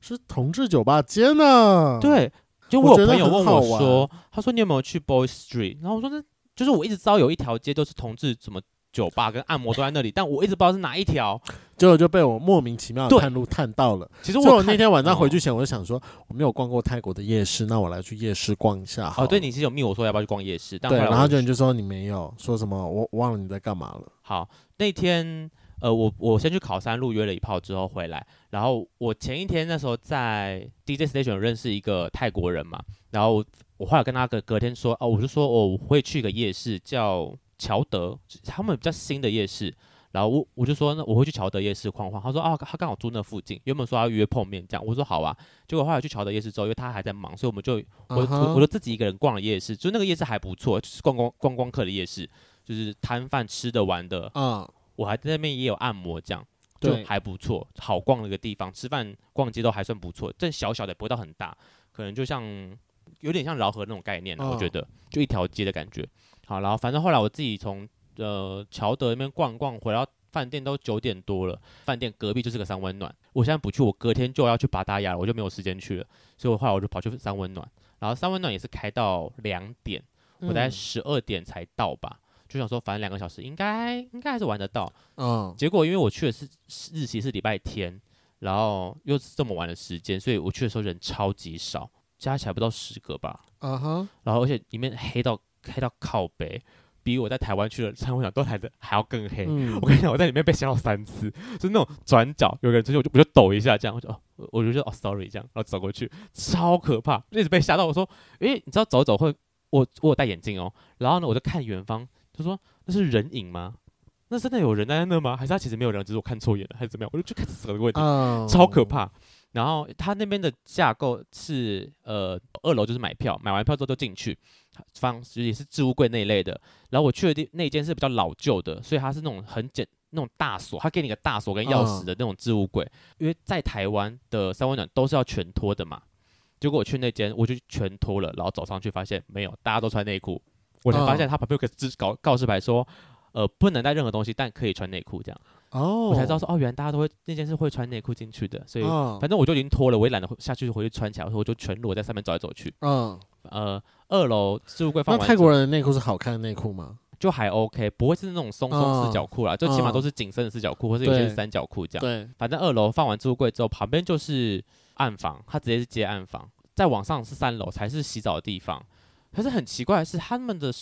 Speaker 1: 是同志酒吧街呢。，
Speaker 2: 对，就
Speaker 1: 嗯我
Speaker 2: 我
Speaker 1: 觉
Speaker 2: 有
Speaker 1: 得
Speaker 2: 朋友
Speaker 1: 很
Speaker 2: 问
Speaker 1: 好
Speaker 2: 我说，他说你有没有去 Boy Street？然后我说那就是我一直知道有一条街都是同志什么酒吧跟按摩都在那里，但我一直不知道是哪一条。
Speaker 1: 结果就被我莫名其妙的
Speaker 2: 对
Speaker 1: 探路探到了。
Speaker 2: 其实
Speaker 1: 所以
Speaker 2: 我
Speaker 1: 我那
Speaker 2: 看哦
Speaker 1: 天晚上回去前，我就想说，我没有逛过泰国的夜市，那我来去夜市逛一下好
Speaker 2: 哦，
Speaker 1: 了。
Speaker 2: 对你其实有密我说要不要去逛夜市，但后
Speaker 1: 对，
Speaker 2: 来
Speaker 1: 然后
Speaker 2: 我
Speaker 1: 就你就说你没有，说什么我我忘了你在干嘛了。
Speaker 2: 好那天。呃，我我先去考山路约了一炮之后回来，然后我前一天那时候在 DJ Station 有认识一个泰国人嘛，然后我我后来跟他隔隔天说，哦，我就说、哦、我会去一个夜市叫乔德，他们比较新的夜市，然后我我就说那我会去乔德夜市晃晃，他说啊他刚好住那附近，原本说要约碰面这样，我说好啊，结果后来去乔德夜市之后，因为他还在忙，所以我们就我、
Speaker 1: 啊哈
Speaker 2: 我我就自己一个人逛了夜市，就那个夜市还不错，就是逛光观光客的夜市，就是摊贩吃的玩的，
Speaker 1: 啊、
Speaker 2: 我还在那边也有按摩这样。就
Speaker 1: 对
Speaker 2: 还不错，好逛的一个地方，吃饭逛街都还算不错。这小小的，不会到很大，可能就像有点像饶河那种概念、啊，我觉
Speaker 1: 哦
Speaker 2: 得就一条街的感觉。好，然后反正后来我自己从呃乔德那边逛逛，回到饭店都九点多了，饭店隔壁就是个三温暖。我现在不去，我隔天就要去巴达雅了，我就没有时间去了，所以我后来我就跑去三温暖，然后三温暖也是开到两点，我大概
Speaker 1: 嗯
Speaker 2: 十二点才到吧。就想说，反正两个小时应该应该还是玩得到，
Speaker 1: 嗯，
Speaker 2: 结果因为我去的是是日期是礼拜天，然后又是这么晚的时间，所以我去的时候人超级少，加起来不到十个吧。
Speaker 1: 啊哈，
Speaker 2: 然后而且里面黑到黑到靠北，比我在台湾去的餐会场都来的还要更黑。
Speaker 1: 嗯
Speaker 2: 我，跟你讲，我在里面被吓到三次，就是那种转角有个人出现，我就我就抖一下，这样我就哦，我我就说哦，sorry 这样，然后走过去，超可怕，一直被吓到。我说，诶，你知道走一走会，我我我有戴眼镜哦，然后呢，我就看远方，就说那是人影吗？那真的有人在那吗？还是他其实没有人，只是我看错眼了，还是怎么样？我就就开始死了个问题，
Speaker 1: 嗯，
Speaker 2: 超可怕。然后他那边的架构是，呃，二楼就是买票，买完票之后就进去，放也是置物柜那一类的。然后我去的地那间是比较老旧的，所以它是那种很简那种大锁，它给你个大锁跟钥匙的那种置物柜。因为在台湾的三温暖都是要全脱的嘛，结果我去那间我就全脱了，然后走上去发现没有，大家都穿内裤，我才发现它旁边有个字告告示牌说，呃，不能带任何东西，但可以穿内裤这样。
Speaker 1: 哦，
Speaker 2: 我才知道说哦，原来大家都会那件事会穿内裤进去的，所以
Speaker 1: 嗯
Speaker 2: 反正我就已经脱了，我也懒得下去回去穿起来，所以我就全裸在上面走来走去。
Speaker 1: 嗯，
Speaker 2: 呃，二楼置物柜放
Speaker 1: 那
Speaker 2: 完
Speaker 1: 泰国
Speaker 2: 之后
Speaker 1: 人的内裤是好看的内裤吗？
Speaker 2: 就还 OK，不会是那种松松
Speaker 1: 嗯
Speaker 2: 四角裤啦，就起码
Speaker 1: 嗯
Speaker 2: 都是紧身的四角裤，或是有些
Speaker 1: 对
Speaker 2: 是三角裤这样。
Speaker 1: 对，
Speaker 2: 反正二楼放完置物柜之后，旁边就是暗房，它直接是接暗房，再往上是三楼才是洗澡的地方。可是很奇怪的是，他们的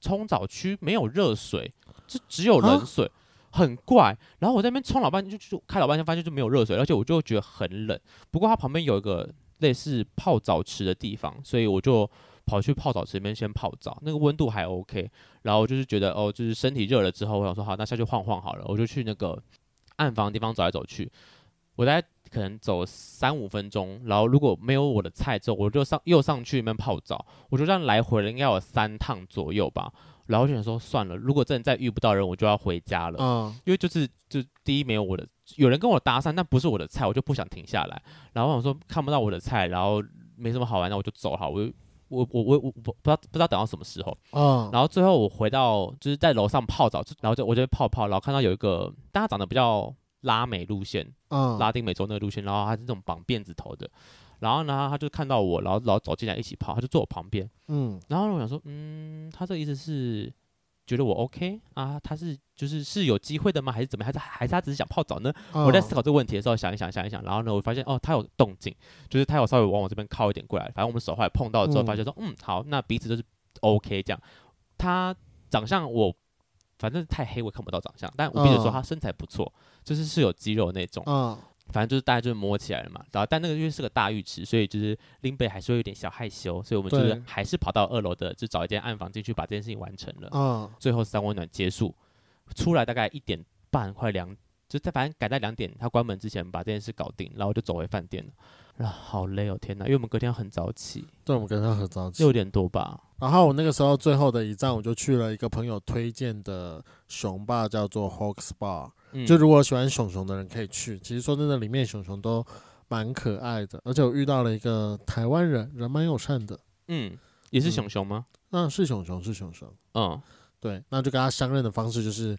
Speaker 2: 冲澡区没有热水，就只有冷水，很怪。然后我在那边冲老半天，就就开老半天，发现就没有热水，而且我就觉得很冷。不过它旁边有一个类似泡澡池的地方，所以我就跑去泡澡池里面先泡澡，那个温度还 OK。然后我就是觉得哦，就是身体热了之后，我想说好，那下去晃晃好了，我就去那个暗房的地方走来走去。我大概可能走三五分钟，然后如果没有我的菜之后，我就上又上去那边泡澡，我就这样来回了应该有三趟左右吧。然后我就想说算了，如果真的再遇不到人，我就要回家了。
Speaker 1: 嗯
Speaker 2: 因为就是就第一没有我的，有人跟我搭讪，但不是我的菜，我就不想停下来。然后我想说看不到我的菜，然后没什么好玩的，我就走好。我就我我我我不不知道不知道等到什么时候。
Speaker 1: 嗯，
Speaker 2: 然后最后我回到就是在楼上泡澡，就然后就我就泡泡，然后看到有一个大家长得比较拉美路线，
Speaker 1: 嗯
Speaker 2: 拉丁美洲那个路线，然后他是那种绑辫子头的。然后呢，他就看到我，然后然后走进来一起泡，他就坐我旁边。
Speaker 1: 嗯
Speaker 2: 然后呢我想说，嗯，他这个意思是觉得我 OK 啊？他是就是是有机会的吗？还是怎么样？还是还是他只是想泡澡呢？
Speaker 1: 啊
Speaker 2: 我
Speaker 1: 嗯
Speaker 2: 在思考这个问题的时候，想一想，想一想，然后呢，我发现哦，他有动静，就是他有稍微往我这边靠一点过来。反正我们手后来碰到之后，
Speaker 1: 嗯
Speaker 2: 发现说，嗯，好，那彼此都是 OK 这样。他长相我反正太黑，我看不到长相，但我必须说
Speaker 1: 嗯
Speaker 2: 他身材不错，就是是有肌肉那种。
Speaker 1: 嗯
Speaker 2: 反正就是大家就是摸起来了嘛，然后但那个因为是个大浴池，所以就是林北还是会有点小害羞，所以我们就是
Speaker 1: 对
Speaker 2: 还是跑到二楼的，就找一间暗房进去把这件事情完成了。
Speaker 1: 嗯
Speaker 2: 最后三温暖结束，出来大概一点半快两，就在反正赶在两点他关门之前把这件事搞定，然后我就走回饭店了。啊，好累哦，天哪！因为我们隔天很早起，
Speaker 1: 对，我们跟他合照。
Speaker 2: 六点多吧。
Speaker 1: 然后我那个时候最后的一站，我就去了一个朋友推荐的熊吧，叫做 Hawks Bar。
Speaker 2: 嗯，
Speaker 1: 就如果喜欢熊熊的人可以去。其实说真的，里面熊熊都蛮可爱的，而且我遇到了一个台湾人，人蛮友善的。
Speaker 2: 嗯，也是熊熊吗？
Speaker 1: 那是熊熊，是熊熊。
Speaker 2: 嗯，
Speaker 1: 对，那就跟他相认的方式就是，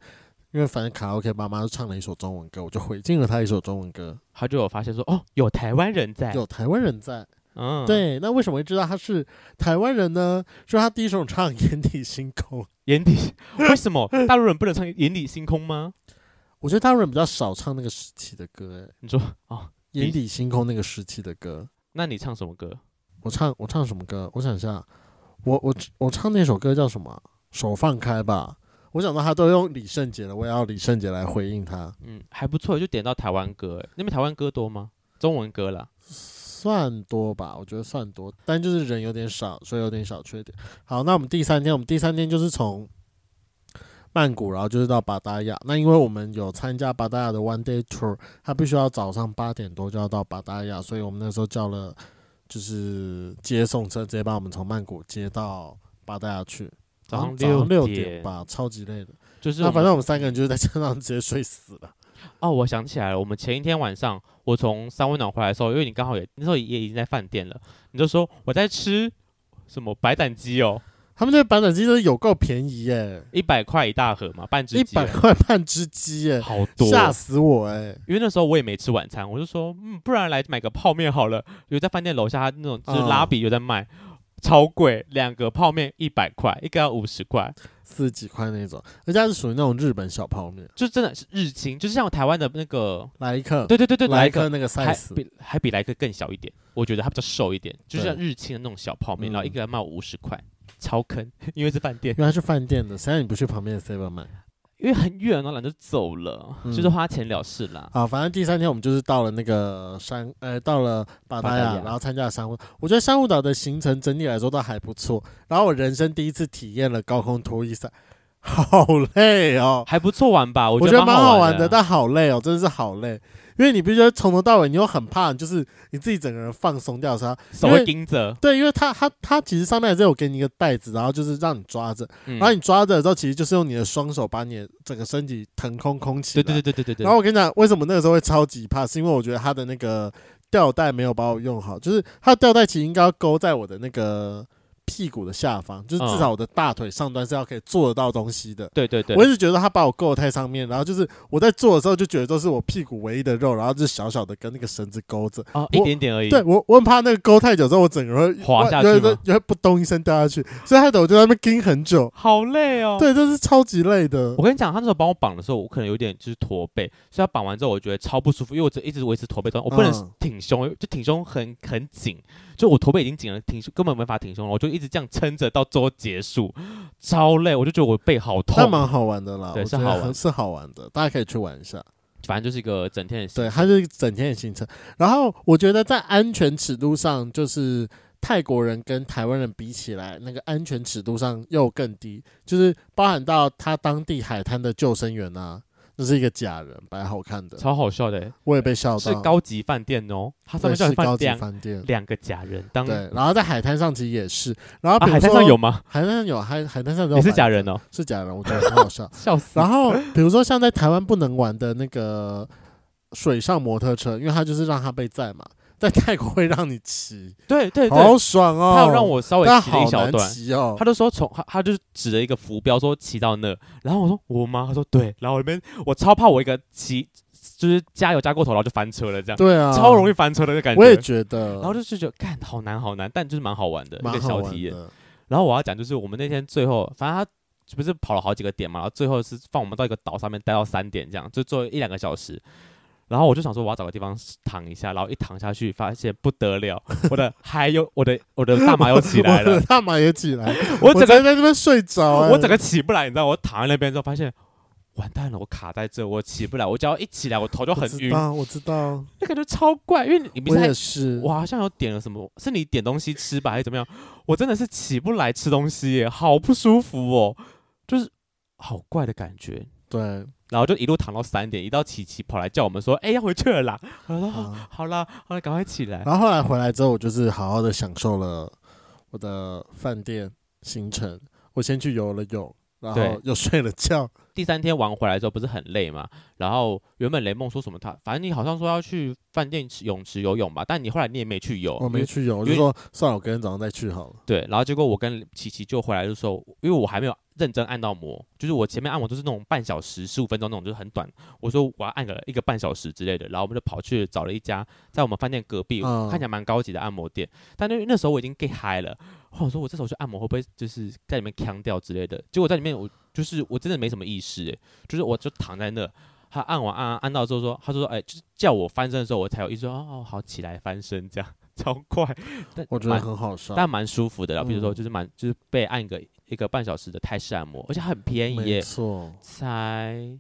Speaker 1: 因为反正卡拉 OK 妈妈就唱了一首中文歌，我就回敬了他一首中文歌，
Speaker 2: 他就有发现说，哦，有台湾人在。
Speaker 1: 有台湾人在。
Speaker 2: 嗯，，
Speaker 1: 对，那为什么会知道他是台湾人呢？就是他第一首唱《眼底星空》，
Speaker 2: 眼底 为什么大陆人不能唱眼底星空吗？
Speaker 1: 我觉得大陆人比较少唱那个时期的歌、欸，
Speaker 2: 你说哦，
Speaker 1: 《眼底星空》那个时期的歌。
Speaker 2: 那你唱什么歌？
Speaker 1: 我唱我唱什么歌？我想一下，我我我唱那首歌叫什么啊？手放开吧。我想到他都用李圣杰了，我也要李圣杰来回应他，
Speaker 2: 嗯，还不错，就点到台湾歌欸。那边台湾歌多吗？中文歌啦。
Speaker 1: 算多吧，我觉得算多，但就是人有点少，所以有点小缺点。好，那我们第三天，我们第三天就是从曼谷，然后就是到巴达雅。那因为我们有参加巴达雅的 One Day Tour，他必须要早上八点多就要到巴达雅，所以我们那时候叫了就是接送车，直接把我们从曼谷接到巴达雅去。
Speaker 2: 早上
Speaker 1: 早上
Speaker 2: 六
Speaker 1: 六点，吧，超级累的。
Speaker 2: 就是
Speaker 1: 那
Speaker 2: 我们
Speaker 1: 反正我们三个人就是在车上直接睡死了。
Speaker 2: 哦，我想起来了，我们前一天晚上我从三温暖回来的时候，因为你刚好也那时候也已经在饭店了，你就说我在吃什么白斩鸡哦，
Speaker 1: 他们那个板凳机真的有够便宜耶、
Speaker 2: 一百块一大盒嘛，半只
Speaker 1: 一
Speaker 2: 鸡哦
Speaker 1: 百块半只鸡耶、
Speaker 2: 好多，哦
Speaker 1: 吓死我哎、
Speaker 2: 因为那时候我也没吃晚餐，我就说嗯，不然来买个泡面好了，有在饭店楼下他那种就是拉比有在卖。超贵，两个泡面一百块，一个要五十块，
Speaker 1: 四十几块那种，而且它是属于那种日本小泡面，
Speaker 2: 就真的是日清，就是像台湾的那个，
Speaker 1: 来一克，
Speaker 2: 对对对对，
Speaker 1: 来
Speaker 2: 来
Speaker 1: 一克那个
Speaker 2: 还
Speaker 1: size，
Speaker 2: 比还比莱克更小一点，我觉得它比较瘦一点，就是像日清的那种小泡面，
Speaker 1: 嗯
Speaker 2: 然后一 个人卖五十块，超坑，因为是饭店
Speaker 1: 嗯因。为它是饭店的，谁让你不去旁边的 seven 买？
Speaker 2: 因为很远，然后懒得走了，
Speaker 1: 嗯
Speaker 2: 就是花钱了事啦。
Speaker 1: 啊，反正第三天我们就是到了那个山，呃，到了巴达
Speaker 2: 巴达
Speaker 1: 雅，
Speaker 2: 雅
Speaker 1: 然后参加了珊瑚。我觉得珊瑚岛的行程整体来说都还不错。然后我人生第一次体验了高空拖衣伞，好累哦，
Speaker 2: 还不错玩吧？我
Speaker 1: 我
Speaker 2: 得
Speaker 1: 蛮
Speaker 2: 蛮好
Speaker 1: 玩
Speaker 2: 的，
Speaker 1: 但好累哦，真的是好累。因为你必须要从头到尾，你又很怕，就是你自己整个人放松掉的时候，
Speaker 2: 手
Speaker 1: 因为
Speaker 2: 会盯着，
Speaker 1: 对，因为它它它其实上面还是有给你一个袋子，然后就是让你抓着，
Speaker 2: 嗯
Speaker 1: 然后你抓着的时候，其实就是用你的双手把你的整个身体腾空空起
Speaker 2: 对
Speaker 1: 来。
Speaker 2: 对对对对对
Speaker 1: 然后
Speaker 2: 对，
Speaker 1: 我跟你讲，为什么那个时候会超级怕，是因为我觉得它的那个吊带没有把我用好，就是它的吊带其实应该要勾在我的那个屁股的下方，就是至
Speaker 2: 嗯
Speaker 1: 少我的大腿上端是要可以做得到东西的。
Speaker 2: 对对对，
Speaker 1: 我一直觉得他把我勾得太上面，然后就是我在做的时候就觉得都是我屁股唯一的肉，然后就是小小的跟那个绳子勾着。
Speaker 2: 哦一点点而已，
Speaker 1: 对我，我很怕那个勾太久之后，我整个人会
Speaker 2: 滑下去
Speaker 1: 对
Speaker 2: 吗
Speaker 1: 对，就会扑咚一声掉下去，所以害得我就在那边盯很久。
Speaker 2: 好累哦。
Speaker 1: 对，这是超级累的
Speaker 2: 我。跟你讲，他那时候帮我绑的时候，我可能有点就是驼背，所以他绑完之后，我觉得超不舒服，因为我只一直维持驼背状态，我不
Speaker 1: 嗯
Speaker 2: 能挺胸，就挺胸很很紧，就我驼背已经紧了，挺胸根本没法挺胸了，我就一直这样撑着到周结束，超累，我就觉得我背好
Speaker 1: 但
Speaker 2: 痛，
Speaker 1: 蛮好玩的啦，
Speaker 2: 对
Speaker 1: 我
Speaker 2: 是
Speaker 1: 觉得
Speaker 2: 好玩
Speaker 1: 很是好玩的，大家可以去玩一下。
Speaker 2: 反正就是一个整天的行
Speaker 1: 对，
Speaker 2: 程，
Speaker 1: 它就是整天的行程。然后我觉得在安全尺度上，就是泰国人跟台湾人比起来，那个安全尺度上又更低，就是包含到他当地海滩的救生员啊，那是一个假人，白好看的，
Speaker 2: 超好笑的欸，
Speaker 1: 我也被笑到。
Speaker 2: 是高级饭店哦，它上
Speaker 1: 对
Speaker 2: 面叫
Speaker 1: 是高级
Speaker 2: 饭店，
Speaker 1: 饭店，
Speaker 2: 两个假人，当
Speaker 1: 对。然后在海滩上其实也是，然后比
Speaker 2: 啊
Speaker 1: 如
Speaker 2: 海
Speaker 1: 说、
Speaker 2: 滩上有吗？
Speaker 1: 海滩上有海海滩上有
Speaker 2: 你是
Speaker 1: 白
Speaker 2: 假
Speaker 1: 的
Speaker 2: 人哦，
Speaker 1: 是假人，我觉得很好笑。
Speaker 2: 笑死，
Speaker 1: 然后比如说像在台湾不能玩的那个水上摩托车，因为它就是让它被载嘛，在泰国会让你骑，
Speaker 2: 对 对对，
Speaker 1: 好爽哦！
Speaker 2: 他有让我稍微
Speaker 1: 但
Speaker 2: 骑了
Speaker 1: 好
Speaker 2: 一小
Speaker 1: 难
Speaker 2: 段。
Speaker 1: 骑哦
Speaker 2: 他。就说从他他就指了一个浮标说骑到那，然后我说我吗？他说对，然后我那边我超怕我一个骑就是加油加过头，然后就翻车了，这样、
Speaker 1: 对啊，
Speaker 2: 超容易翻车的那个感觉。
Speaker 1: 我也觉得，
Speaker 2: 然后就是觉得干好难好难，但就是蛮好玩的一
Speaker 1: 蛮
Speaker 2: 个
Speaker 1: 好
Speaker 2: 小
Speaker 1: 玩
Speaker 2: 体验。
Speaker 1: 的。
Speaker 2: 然后我要讲就是我们那天最后，反正他不是跑了好几个点嘛，然后最后是放我们到一个岛上面待到三点这样，就坐一两个小时。然后我就想说我要找个地方躺一下，然后一躺下去发现不得了，我的 还有我的我的大麻又起来
Speaker 1: 我
Speaker 2: 了
Speaker 1: 的，大马也起来，
Speaker 2: 我
Speaker 1: 我
Speaker 2: 整
Speaker 1: 直
Speaker 2: 个
Speaker 1: 接在那边睡着、哎
Speaker 2: 我整个起不来，你知道，我躺在那边之后发现，完蛋了，我卡在这，我起不来，我只要一起来，我头就很
Speaker 1: 我知
Speaker 2: 晕，
Speaker 1: 道，我知道，
Speaker 2: 那感觉超怪，因为你不
Speaker 1: 我
Speaker 2: 是还
Speaker 1: 也是。
Speaker 2: 我好像有点了什么，是你点东西吃吧，还是怎么样？我真的是起不来吃东西耶，好不舒服哦，就是好怪的感觉。
Speaker 1: 对，
Speaker 2: 然后就一路躺到三点，一到琪琪跑来叫我们说：“哎、要回去了啦！”我说：“
Speaker 1: 啊
Speaker 2: 好啦，好啦，赶快起来。
Speaker 1: 然后后来回来之后，我就是好好的享受了我的饭店行程。我先去游了泳，然后
Speaker 2: 对
Speaker 1: 又睡了觉，
Speaker 2: 第三天玩回来之后不是很累嘛，然后原本雷梦说什么他，反正你好像说要去饭店池泳池游泳吧，但你后来你也没去游，
Speaker 1: 我
Speaker 2: 哦因
Speaker 1: 哦没
Speaker 2: 为
Speaker 1: 去游，我
Speaker 2: 因
Speaker 1: 就
Speaker 2: 为
Speaker 1: 说算了，我隔天早上再去好了。
Speaker 2: 对，然后结果我跟琪琪就回来就说，因为我还没有认真按到膜，就是我前面按摩都是那种半小时、十五分钟那种，就是很短。我说我要按个一个半小时之类的，然后我们就跑去找了一家在我们饭店隔壁、
Speaker 1: 嗯
Speaker 2: 看起来蛮高级的按摩店，但那那时候我已经 get high 了，我想说我这时候去按摩会不会就是在里面腔掉之类的？结果在里面我就是我真的没什么意识、欸，就是我就躺在那。他按完按按按到之后说，他就说，哎、就是叫我翻身的时候，我才有意识说，哦，好起来翻身这样， 超快。但
Speaker 1: 我觉得
Speaker 2: 蛮
Speaker 1: 很好笑，
Speaker 2: 但蛮舒服的啦。比如说，
Speaker 1: 嗯
Speaker 2: 就是蛮就是被按个一个半小时的泰式按摩，而且很便宜
Speaker 1: 没
Speaker 2: 耶，
Speaker 1: 错，
Speaker 2: 才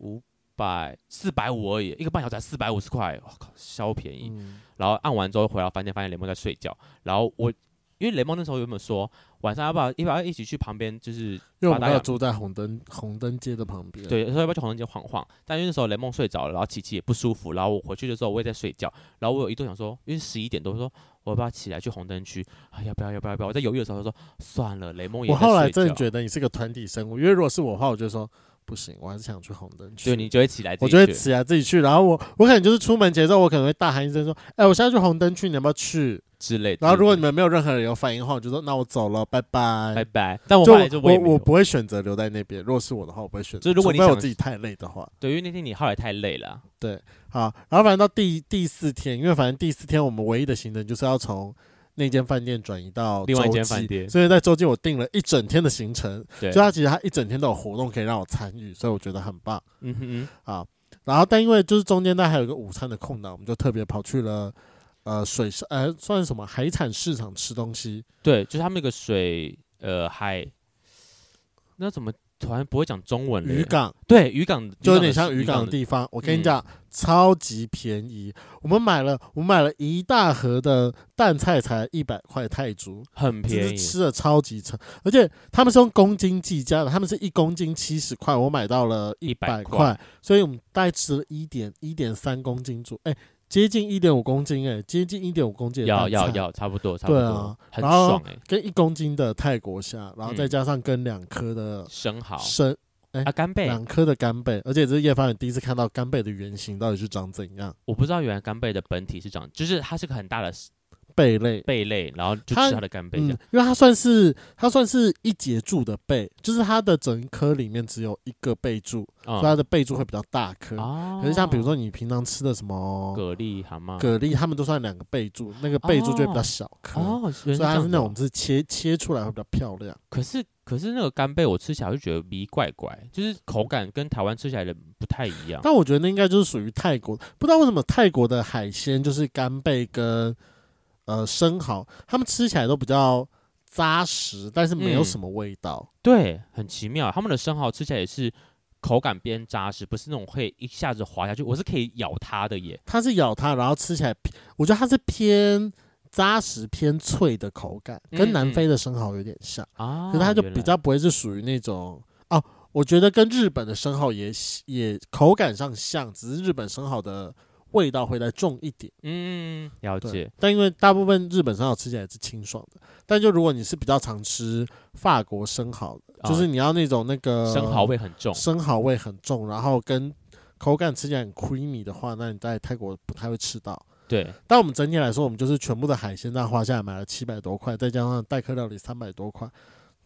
Speaker 2: 五百四百五而已，一个半小时才四百五十块，我靠，超便宜。
Speaker 1: 嗯，
Speaker 2: 然后按完之后回到房间，发现雷蒙在睡觉。然后我因为雷蒙那时候原本说晚上要不要要不要一起去旁边，就是
Speaker 1: 因为我
Speaker 2: 巴
Speaker 1: 们
Speaker 2: 达
Speaker 1: 刚好
Speaker 2: 雅
Speaker 1: 住在红灯红灯街的旁边，，
Speaker 2: 对，说要不要去红灯街晃晃？但因为那时候雷梦睡着了，然后琪琪也不舒服，然后我回去的时候我也在睡觉，然后我有一度想说，因为十一点多，我说我要不要起来去红灯区？啊，要不要？要不要？要不要？我在犹豫的时候，我说算了，雷梦也
Speaker 1: 我后来真的
Speaker 2: 得，
Speaker 1: 觉得你是个团体生物，因为如果是我的话，我就说不行，我还是想去红灯区。
Speaker 2: 对，你就会起来自
Speaker 1: 我
Speaker 2: 己
Speaker 1: 就会
Speaker 2: 去，
Speaker 1: 起来自己去，然后我我可能就是出门前之后，我可能会大喊一声说：“哎、我现在去红灯区，你要不要去
Speaker 2: 之类？”的。
Speaker 1: 然后如果你
Speaker 2: 嗯
Speaker 1: 们没有任何人有反应的话，我就说：“那我走了，拜拜。
Speaker 2: 拜拜，但我
Speaker 1: 就
Speaker 2: 后来就我也
Speaker 1: 我
Speaker 2: 没有
Speaker 1: 我不会选择留在那边，如果是我的话，我不会选择。
Speaker 2: 就是如果你
Speaker 1: 除非我
Speaker 2: 想
Speaker 1: 自己太累的话，
Speaker 2: 对，因为那天你后来太累了，
Speaker 1: 好，然后反正到第第四天，因为反正第四天我们唯一的行程就是要从那间饭店转移到
Speaker 2: 另外一
Speaker 1: 洲
Speaker 2: 间
Speaker 1: 际
Speaker 2: 饭店
Speaker 1: 所以在洲际我订了一整天的行程，
Speaker 2: 对
Speaker 1: 所以，它其实它一整天都有活动可以让我参与，所以我觉得很棒
Speaker 2: 嗯哼嗯，
Speaker 1: 啊。然后但因为就是中间它还有一个午餐的空档，我们就特别跑去了呃水上呃算是什么海产市场吃东西，
Speaker 2: 对，就是他们那个水，呃，海，那怎么突然不会讲中文了耶
Speaker 1: 渔，港
Speaker 2: 对渔港
Speaker 1: 就有点像渔港
Speaker 2: 港
Speaker 1: 的地方。我跟你
Speaker 2: 嗯
Speaker 1: 讲，超级便宜。我们买了，我们买了一大盒的淡菜，才一百块泰铢，
Speaker 2: 很
Speaker 1: 就
Speaker 2: 便
Speaker 1: 是
Speaker 2: 宜，
Speaker 1: 吃的超级撑。而且他们是用公斤计价的，他们是一公斤七十块，我买到了一百
Speaker 2: 100
Speaker 1: 块
Speaker 2: 块，
Speaker 1: 所以我们大概吃了一点一点三公斤左右，哎、接近一点五公斤、哎，接近一点五公斤的
Speaker 2: 要
Speaker 1: 淡菜
Speaker 2: 要要，差不多差不
Speaker 1: 对
Speaker 2: 多，
Speaker 1: 啊
Speaker 2: 很
Speaker 1: 然后
Speaker 2: 爽哎、
Speaker 1: 跟一公斤的泰国虾，然后再
Speaker 2: 嗯
Speaker 1: 加上跟两颗的
Speaker 2: 生蚝
Speaker 1: 生
Speaker 2: 啊，干贝，
Speaker 1: 两颗的干贝，而且这是叶凡也第一次看到干贝的原型到底是长怎样，
Speaker 2: 我不知道原来干贝的本体是长，就是它是个很大的
Speaker 1: 贝类。
Speaker 2: 贝类，然后就
Speaker 1: 它
Speaker 2: 吃它的干贝这
Speaker 1: 嗯
Speaker 2: 样，，
Speaker 1: 因为它算是它算是一节柱的贝，就是它的整颗里面只有一个贝柱，所以它
Speaker 2: 嗯，
Speaker 1: 的贝柱会比较大颗。
Speaker 2: 哦
Speaker 1: 可是像比如说你平常吃的什么
Speaker 2: 蛤啊蜊、蛤蟆，
Speaker 1: 蛤蜊，他们都算两个贝柱，那个贝柱就会比较小颗，
Speaker 2: 哦，原来
Speaker 1: 所以
Speaker 2: 这
Speaker 1: 它
Speaker 2: 样
Speaker 1: 是
Speaker 2: 子
Speaker 1: 那
Speaker 2: 哦
Speaker 1: 种是切切出来会比较漂亮。
Speaker 2: 可是可是那个干贝我吃起来我就觉得鼻怪怪，就是口感跟台湾吃起来的不太一样。
Speaker 1: 但我觉得那应该就是属于泰国，不知道为什么泰国的海鲜就是干贝跟呃生蚝，他们吃起来都比较扎实，但是没有
Speaker 2: 嗯
Speaker 1: 什么味道。
Speaker 2: 对，很奇妙，他们的生蚝吃起来也是口感偏扎实，不是那种会一下子滑下去，我是可以咬它的耶。
Speaker 1: 它是咬它，然后吃起来偏，我觉得它是偏扎实、偏脆的口感，跟
Speaker 2: 嗯
Speaker 1: 南
Speaker 2: 嗯
Speaker 1: 非的生蚝有点像，
Speaker 2: 啊，
Speaker 1: 可是它就
Speaker 2: 原
Speaker 1: 比
Speaker 2: 来
Speaker 1: 较不会是属于那种哦。我觉得跟日本的生蚝也也口感上像，只是日本生蚝的味道会再重一点。
Speaker 2: 嗯了
Speaker 1: 对
Speaker 2: 解，，
Speaker 1: 但因为大部分日本生蚝吃起来是清爽的，但就如果你是比较常吃法国生蚝的，
Speaker 2: 啊
Speaker 1: 就是你要那种那个
Speaker 2: 生蚝，味很重，
Speaker 1: 生蚝味很重，然后跟口感吃起来很 creamy 的话，那你在泰国不太会吃到。
Speaker 2: 对，
Speaker 1: 但我们整体来说，我们就是全部的海鲜这样花下来买了七百多块，再加上代客料理三百多块，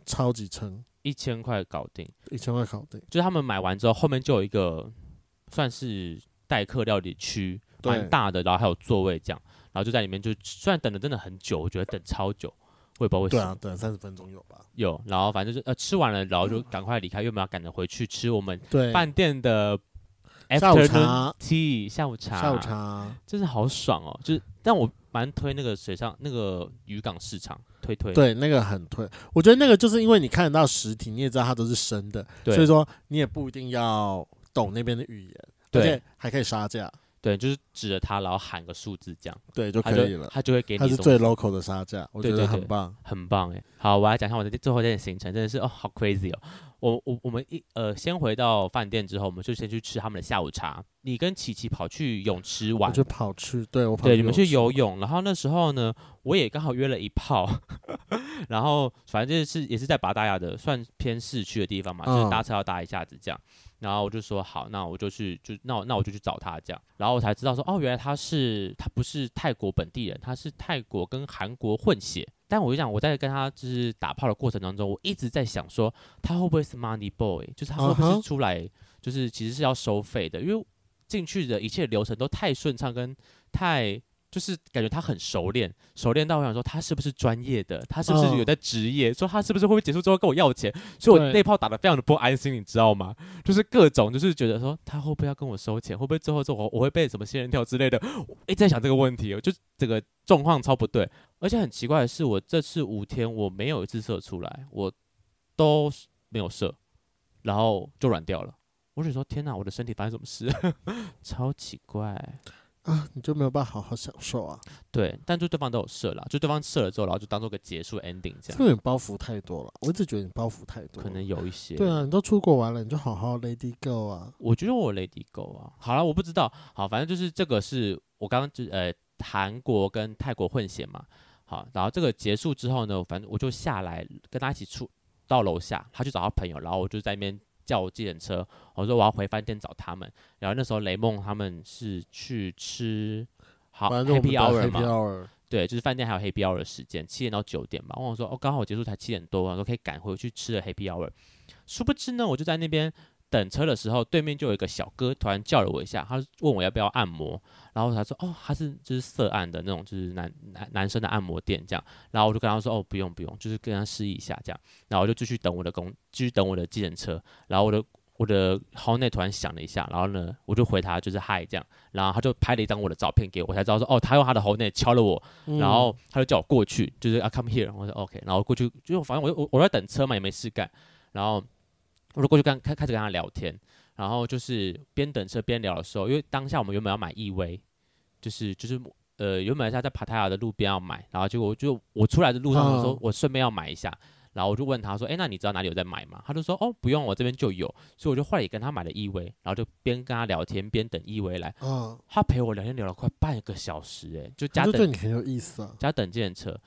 Speaker 1: 超级撑，
Speaker 2: 一千块搞定。
Speaker 1: 一千块搞定。
Speaker 2: 就是他们买完之后，后面就有一个算是待客料理区，
Speaker 1: 对
Speaker 2: 蛮大的，然后还有座位这样，然后就在里面就虽然等的真的很久，我觉得等超久，我也不知道为什
Speaker 1: 对
Speaker 2: 么、
Speaker 1: 啊，对啊，三十分钟有吧？
Speaker 2: 有，然后反正就是呃吃完了，然后就赶快离开，因为我们要赶着回去吃我们
Speaker 1: 对，
Speaker 2: 饭店的
Speaker 1: 下午
Speaker 2: afternoon
Speaker 1: 茶，
Speaker 2: tea 下午茶，
Speaker 1: 下午茶，
Speaker 2: 真是好爽哦！就是但我蛮推那个水上那个渔港市场推推，
Speaker 1: 对，那个很推。我觉得那个就是因为你看得到实体，你也知道它都是生的，
Speaker 2: 对
Speaker 1: 所以说你也不一定要懂那边的语言，而且
Speaker 2: 对
Speaker 1: 还可以杀价，
Speaker 2: 对，就是指着它，然后喊个数字这样，
Speaker 1: 对就
Speaker 2: 它
Speaker 1: 可以
Speaker 2: 就
Speaker 1: 了。
Speaker 2: 它就会给你
Speaker 1: 它是
Speaker 2: 东西
Speaker 1: 最 local 的杀价，我觉
Speaker 2: 对
Speaker 1: 得
Speaker 2: 对对
Speaker 1: 很棒。
Speaker 2: 很棒哎。好，我来讲一下我的最后一天的行程，真的是哦，好 crazy 哦。我我我们一呃，先回到饭店之后，我们就先去吃他们的下午茶。你跟琪琪跑去泳池
Speaker 1: 我
Speaker 2: 玩，
Speaker 1: 就跑去，对我跑
Speaker 2: 对，你们去
Speaker 1: 游
Speaker 2: 游泳。然后那时候呢，我也刚好约了一炮， 然后反正就是也是在巴达雅的，算偏市区的地方嘛，就是
Speaker 1: 嗯
Speaker 2: 搭车要搭一下子这样。然后我就说好，那我就去，就那我那我就去找他这样。然后我才知道说，哦，原来他是他不是泰国本地人，他是泰国跟韩国混血。但我就想，我在跟他就是打炮的过程当中，我一直在想说，他会不会是 Money Boy？就是他会
Speaker 1: 嗯
Speaker 2: 不会
Speaker 1: 哼
Speaker 2: 是出来就是其实是要收费的，因为进去的一切流程都太顺畅，跟太就是感觉他很熟练，熟练到我想说他是不是专业的，他是不是
Speaker 1: 嗯
Speaker 2: 有在职业，说他是不是会不会结束之后跟我要钱，所以我
Speaker 1: 对
Speaker 2: 那炮打的非常的不安心，你知道吗？就是各种就是觉得说他会不会要跟我收钱，会不会最后之后我我会被什么仙人跳之类的，我一直在想这个问题，我哦就这个状况超不对，而且很奇怪的是，我这次五天我没有一次射出来，我都没有射，然后就软掉了。我只说天哪，我的身体发生什么事， 超奇怪。
Speaker 1: 啊，你就没有办法好好享受啊，
Speaker 2: 对，但就对方都有射啦，就对方射了之后，然后就当做个结束 ending
Speaker 1: 是
Speaker 2: 这样，
Speaker 1: 不是你包袱太多了？我一直觉得你包袱太多了，
Speaker 2: 可能有一些。
Speaker 1: 对啊，你都出国玩了，你就好好 Lady Go 啊。
Speaker 2: 我觉得我 Lady Go 啊，好了，我不知道，好，反正就是这个是我刚刚就呃韩国跟泰国混血嘛，好，然后这个结束之后呢，反正我就下来跟他一起出到楼下，他去找他朋友，然后我就在那边叫我计程车，我说我要回饭店找他们，然后那时候雷梦他们是去吃好
Speaker 1: 反正我们
Speaker 2: Happy
Speaker 1: 的
Speaker 2: Hour
Speaker 1: Happy
Speaker 2: 嘛，
Speaker 1: Hour，
Speaker 2: 对，就是饭店还有 Happy Hour 的时间，七点到九点吧。我想说，哦，刚好我结束才七点多，我想说可以赶回去吃了 Happy Hour。殊不知呢，我就在那边等车的时候，对面就有一个小哥突然叫了我一下，他问我要不要按摩，然后他说，哦，他是就是色按的那种，就是男男男生的按摩店这样。然后我就跟他说，哦，不用不用，就是跟他示意一下这样。然后我就继续等我的公，继续等我的计程车。然后我的我的 h o n e 突然响了一下，然后呢，我就回他就是嗨这样。然后他就拍了一张我的照片给我，我才知道说，哦，他用他的 h o n e 敲了我。
Speaker 1: 嗯
Speaker 2: 然后他就叫我过去，就是啊 come here，我说 OK，然后过去就反正我我我在等车嘛，也没事干，然后我就过去跟他开开始跟他聊天，然后就是边等车边聊的时候，因为当下我们原本要买易威，就是就是呃原本是在帕塔亚的路边要买，然后结果我就我出来的路上的时候
Speaker 1: 嗯，
Speaker 2: 我顺便要买一下，然后我就问他说，诶，那你知道哪里有在买吗？他就说，哦，不用，我这边就有，所以我就后来也跟他买了易威，然后就边跟他聊天边等易威来，
Speaker 1: 嗯，
Speaker 2: 他陪我聊天聊了快半个小时、诶，就加
Speaker 1: 他就对
Speaker 2: 等
Speaker 1: 你很有意思啊。
Speaker 2: 加等计程车，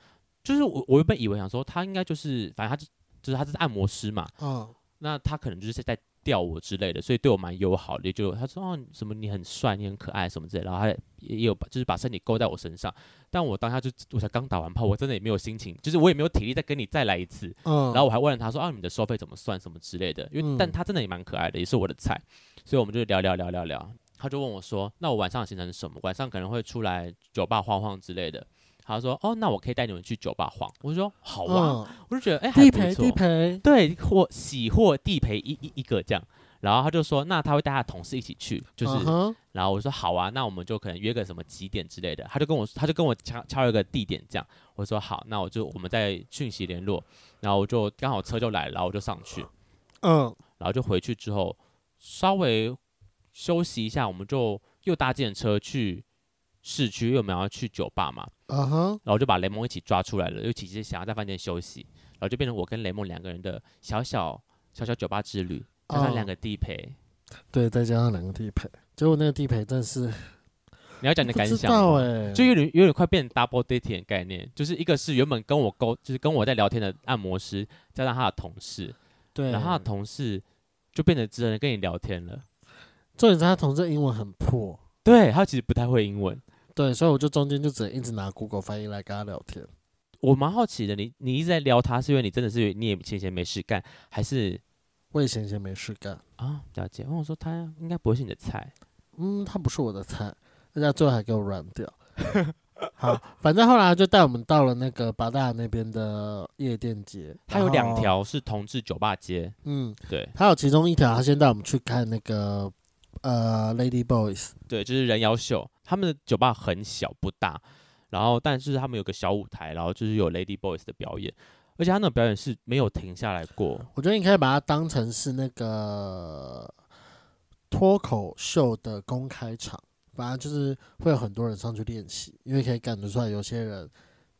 Speaker 2: 就是我我原本以为想说他应该就是反正他就就是他是按摩师嘛，
Speaker 1: 嗯，
Speaker 2: 那他可能就是在钓我之类的，所以对我蛮友好的。就他说哦，什么你很帅，你很可爱什么之类的，然后他也也有把就是把身体勾在我身上。但我当下就我才刚打完炮，我真的也没有心情，就是我也没有体力再跟你再来一次。
Speaker 1: 嗯，
Speaker 2: 然后我还问了他说啊，你的收费怎么算什么之类的，因为、
Speaker 1: 嗯
Speaker 2: 但他真的也蛮可爱的，也是我的菜，所以我们就聊聊聊聊聊。他就问我说，那我晚上的行程是什么？晚上可能会出来酒吧晃晃之类的。他说哦，那我可以带你们去酒吧晃。我就说好啊，
Speaker 1: 嗯，
Speaker 2: 我就觉得哎、还
Speaker 1: 地
Speaker 2: 不
Speaker 1: 陪
Speaker 2: 错
Speaker 1: 地陪，
Speaker 2: 对，或喜或地陪一一一个这样。然后他就说，那他会带他的同事一起去，就是
Speaker 1: 嗯哼
Speaker 2: 然后我说好啊，那我们就可能约个什么几点之类的。他就跟我他就跟我敲敲一个地点这样，我说好，那我就我们再讯息联络。然后我就刚好车就来了，然后我就上去，
Speaker 1: 嗯
Speaker 2: 然后就回去之后稍微休息一下，我们就又搭电车去市区，因为我们要去酒吧嘛。
Speaker 1: 嗯哼，
Speaker 2: 然后就把雷蒙一起抓出来了，又其实想要在饭店休息，然后就变成我跟雷蒙两个人的小小小小酒吧之旅，加上
Speaker 1: 哦
Speaker 2: 两个地陪。
Speaker 1: 对，再加上两个地陪，结果那个地陪真是
Speaker 2: 你要讲你的
Speaker 1: 不
Speaker 2: 感
Speaker 1: 知
Speaker 2: 想
Speaker 1: 道
Speaker 2: 吗，
Speaker 1: 哎，
Speaker 2: 就有点有点快变 double dating 的概念，就是一个是原本跟我沟，就是跟我在聊天的按摩师，加上他的同事，
Speaker 1: 对，
Speaker 2: 然后他的同事就变得只能跟你聊天了。
Speaker 1: 重点是他同事英文很破，
Speaker 2: 对他其实不太会英文，
Speaker 1: 对，所以我就中间就只能一直拿 Google 翻译来跟他聊天。
Speaker 2: 我蛮好奇的，你你一直在撩他，是因为你真的是你也闲闲没事干，还是
Speaker 1: 我也闲闲没事干，
Speaker 2: 啊了解？我想说他应该不会是你的菜，
Speaker 1: 嗯，他不是我的菜，人家最后还给我软 掉。好，反正后来他就带我们到了那个八大那边的夜店街，
Speaker 2: 它有
Speaker 1: 然后
Speaker 2: 两，条是同志酒吧街，
Speaker 1: 嗯，
Speaker 2: 对
Speaker 1: 他有其中一条，他先带我们去看那个呃 Lady Boys，
Speaker 2: 对，就是人妖秀。他们的酒吧很小不大，然后但是他们有个小舞台，然后就是有 Lady Boys 的表演，而且他那种表演是没有停下来过。
Speaker 1: 我觉得你可以把它当成是那个脱口秀的公开场，反正就是会有很多人上去练习，因为可以感觉出来有些人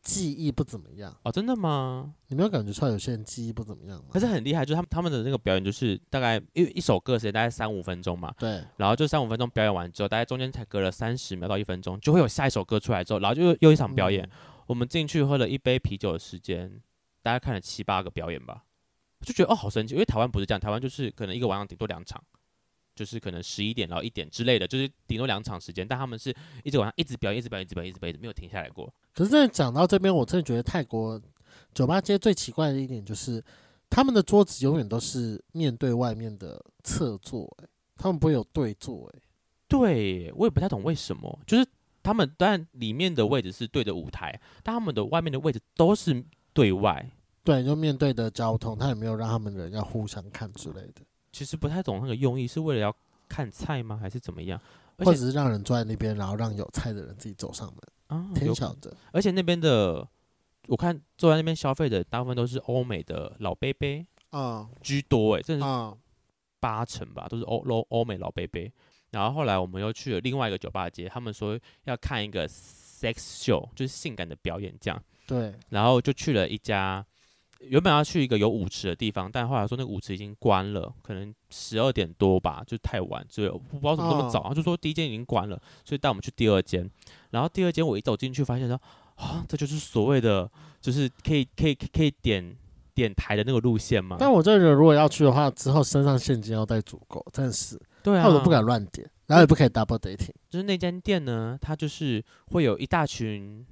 Speaker 1: 技艺不怎么样，
Speaker 2: 哦，真的吗？
Speaker 1: 你没有感觉出来有些人技艺不怎么样吗？
Speaker 2: 可是很厉害，就是他们他们的那个表演，就是大概因为一首歌的时间大概三五分钟嘛，
Speaker 1: 对，
Speaker 2: 然后就三五分钟表演完之后，大概中间才隔了三十秒到一分钟，就会有下一首歌出来之后，然后就又又一场表演。
Speaker 1: 嗯
Speaker 2: 我们进去喝了一杯啤酒的时间，大概看了七八个表演吧，就觉得哦好神奇，因为台湾不是这样，台湾就是可能一个晚上顶多两场，就是可能十一点然后一点之类的，就是顶多两场时间，但他们是一直晚上一直表演，一直表演，一直表演，一直表演，一直没有停下来过。
Speaker 1: 可是真的讲到这边，我真的觉得泰国酒吧街最奇怪的一点就是，他们的桌子永远都是面对外面的侧座、欸，他们不会有对坐、欸，
Speaker 2: 对我也不太懂为什么，就是他们当然里面的位置是对着舞台，但他们的外面的位置都是对外，
Speaker 1: 对，就面对的交通，他也没有让他们人要互相看之类的，
Speaker 2: 其实不太懂那个用意是为了要看菜吗，还是怎么样？而
Speaker 1: 或
Speaker 2: 且
Speaker 1: 者是让人坐在那边，然后让有菜的人自己走上门，
Speaker 2: 啊，
Speaker 1: 挺
Speaker 2: 有可
Speaker 1: 小
Speaker 2: 能
Speaker 1: 的。
Speaker 2: 而且那边的，我看坐在那边消费的大部分都是欧美的老贝贝
Speaker 1: 啊
Speaker 2: 居多，哎，真的是
Speaker 1: 啊
Speaker 2: 八成吧，都是欧欧欧美老贝贝。然后后来我们又去了另外一个酒吧街，他们说要看一个 sex show，就是性感的表演这样。
Speaker 1: 对，
Speaker 2: 然后就去了一家，原本要去一个有舞池的地方，但后来说那个舞池已经关了，可能十二点多吧，就太晚，就我不知道怎么那么
Speaker 1: 哦
Speaker 2: 早，他就说第一间已经关了，所以带我们去第二间。然后第二间我一走进去，发现说啊，这就是所谓的就是可以可以可以点点台的那个路线吗？
Speaker 1: 但我这个如果要去的话，之后身上现金要带足够，真的是，
Speaker 2: 对啊，
Speaker 1: 那我都不敢乱点，然后也不可以 double dating。
Speaker 2: 就是那间店呢，它就是会有一大群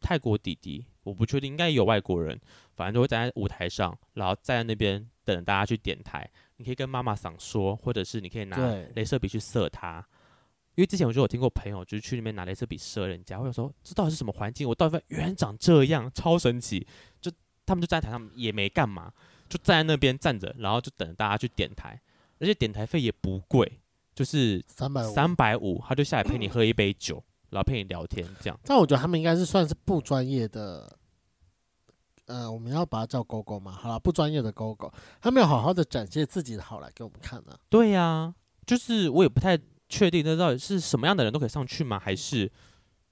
Speaker 2: 泰国弟弟，我不确定，应该也有外国人，反正就会站在舞台上，然后站在那边等大家去点台。你可以跟妈妈桑说，或者是你可以拿
Speaker 1: 对
Speaker 2: 镭射笔去射他。因为之前我就有听过朋友就是去那边拿镭射笔射人家，或者说这到底是什么环境？我到底发现原来长这样，超神奇。就他们就站在台上也没干嘛，就站在那边站着，然后就等着大家去点台，而且点台费也不贵，就是
Speaker 1: 三百
Speaker 2: 三百五，他就下来陪你喝一杯酒，然后陪你聊天，这样
Speaker 1: 但我觉得他们应该是算是不专业的呃，我们要把它叫狗狗嘛？好了，不专业的狗狗，他没有好好的展现自己的好来给我们看呢、啊
Speaker 2: 对呀、就是我也不太确定，那到底是什么样的人都可以上去吗？还是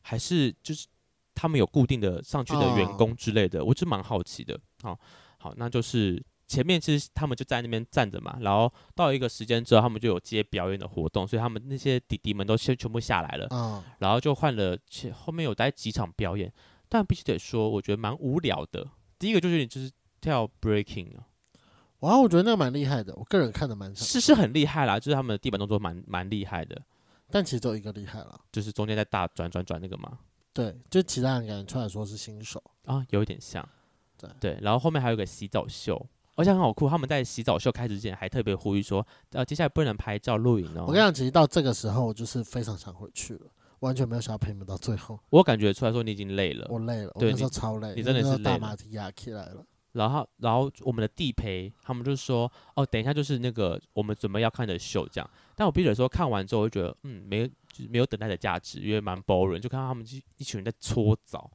Speaker 2: 还是就是他们有固定的上去的员
Speaker 1: 哦
Speaker 2: 工之类的？我是蛮好奇的。好，好，那就是前面其实他们就在那边站着嘛，然后到一个时间之后，他们就有接表演的活动，所以他们那些弟弟们都先全部下来了，
Speaker 1: 啊。
Speaker 2: 然后就换了前后面有待几场表演，但必须得说，我觉得蛮无聊的。第一个就是你就是跳 breaking 啊，
Speaker 1: 哇，我觉得那个蛮厉害的，我个人看的蛮少，
Speaker 2: 是是很厉害啦，就是他们的地板动作蛮蛮厉害的。
Speaker 1: 但其实只有一个厉害了。
Speaker 2: 就是中间在大转转转那个嘛，
Speaker 1: 对，就其他人感觉出来说是新手，
Speaker 2: 啊，有一点像，
Speaker 1: 对
Speaker 2: 然后后面还有一个洗澡秀，而且很好酷，他们在洗澡秀开始之前还特别呼吁说，呃，接下来不能拍照录影哦。
Speaker 1: 我跟你讲，其实到这个时候，我就是非常想回去了，完全没有想要陪你们到最后，
Speaker 2: 我感觉出来说你已经累了，
Speaker 1: 我累了，我
Speaker 2: 呃对
Speaker 1: 那时候
Speaker 2: 你
Speaker 1: 超累，
Speaker 2: 你真
Speaker 1: 那
Speaker 2: 的
Speaker 1: 时候
Speaker 2: 是累
Speaker 1: 大
Speaker 2: 了
Speaker 1: 马提亚起来了，
Speaker 2: 然后然后我们的地陪他们就说，哦，等一下就是那个我们准备要看的秀这样，但我必须得说看完之后我就觉得，嗯，没就是没有等待的价值，因为蛮 boring，就看到他们就一群人在搓澡。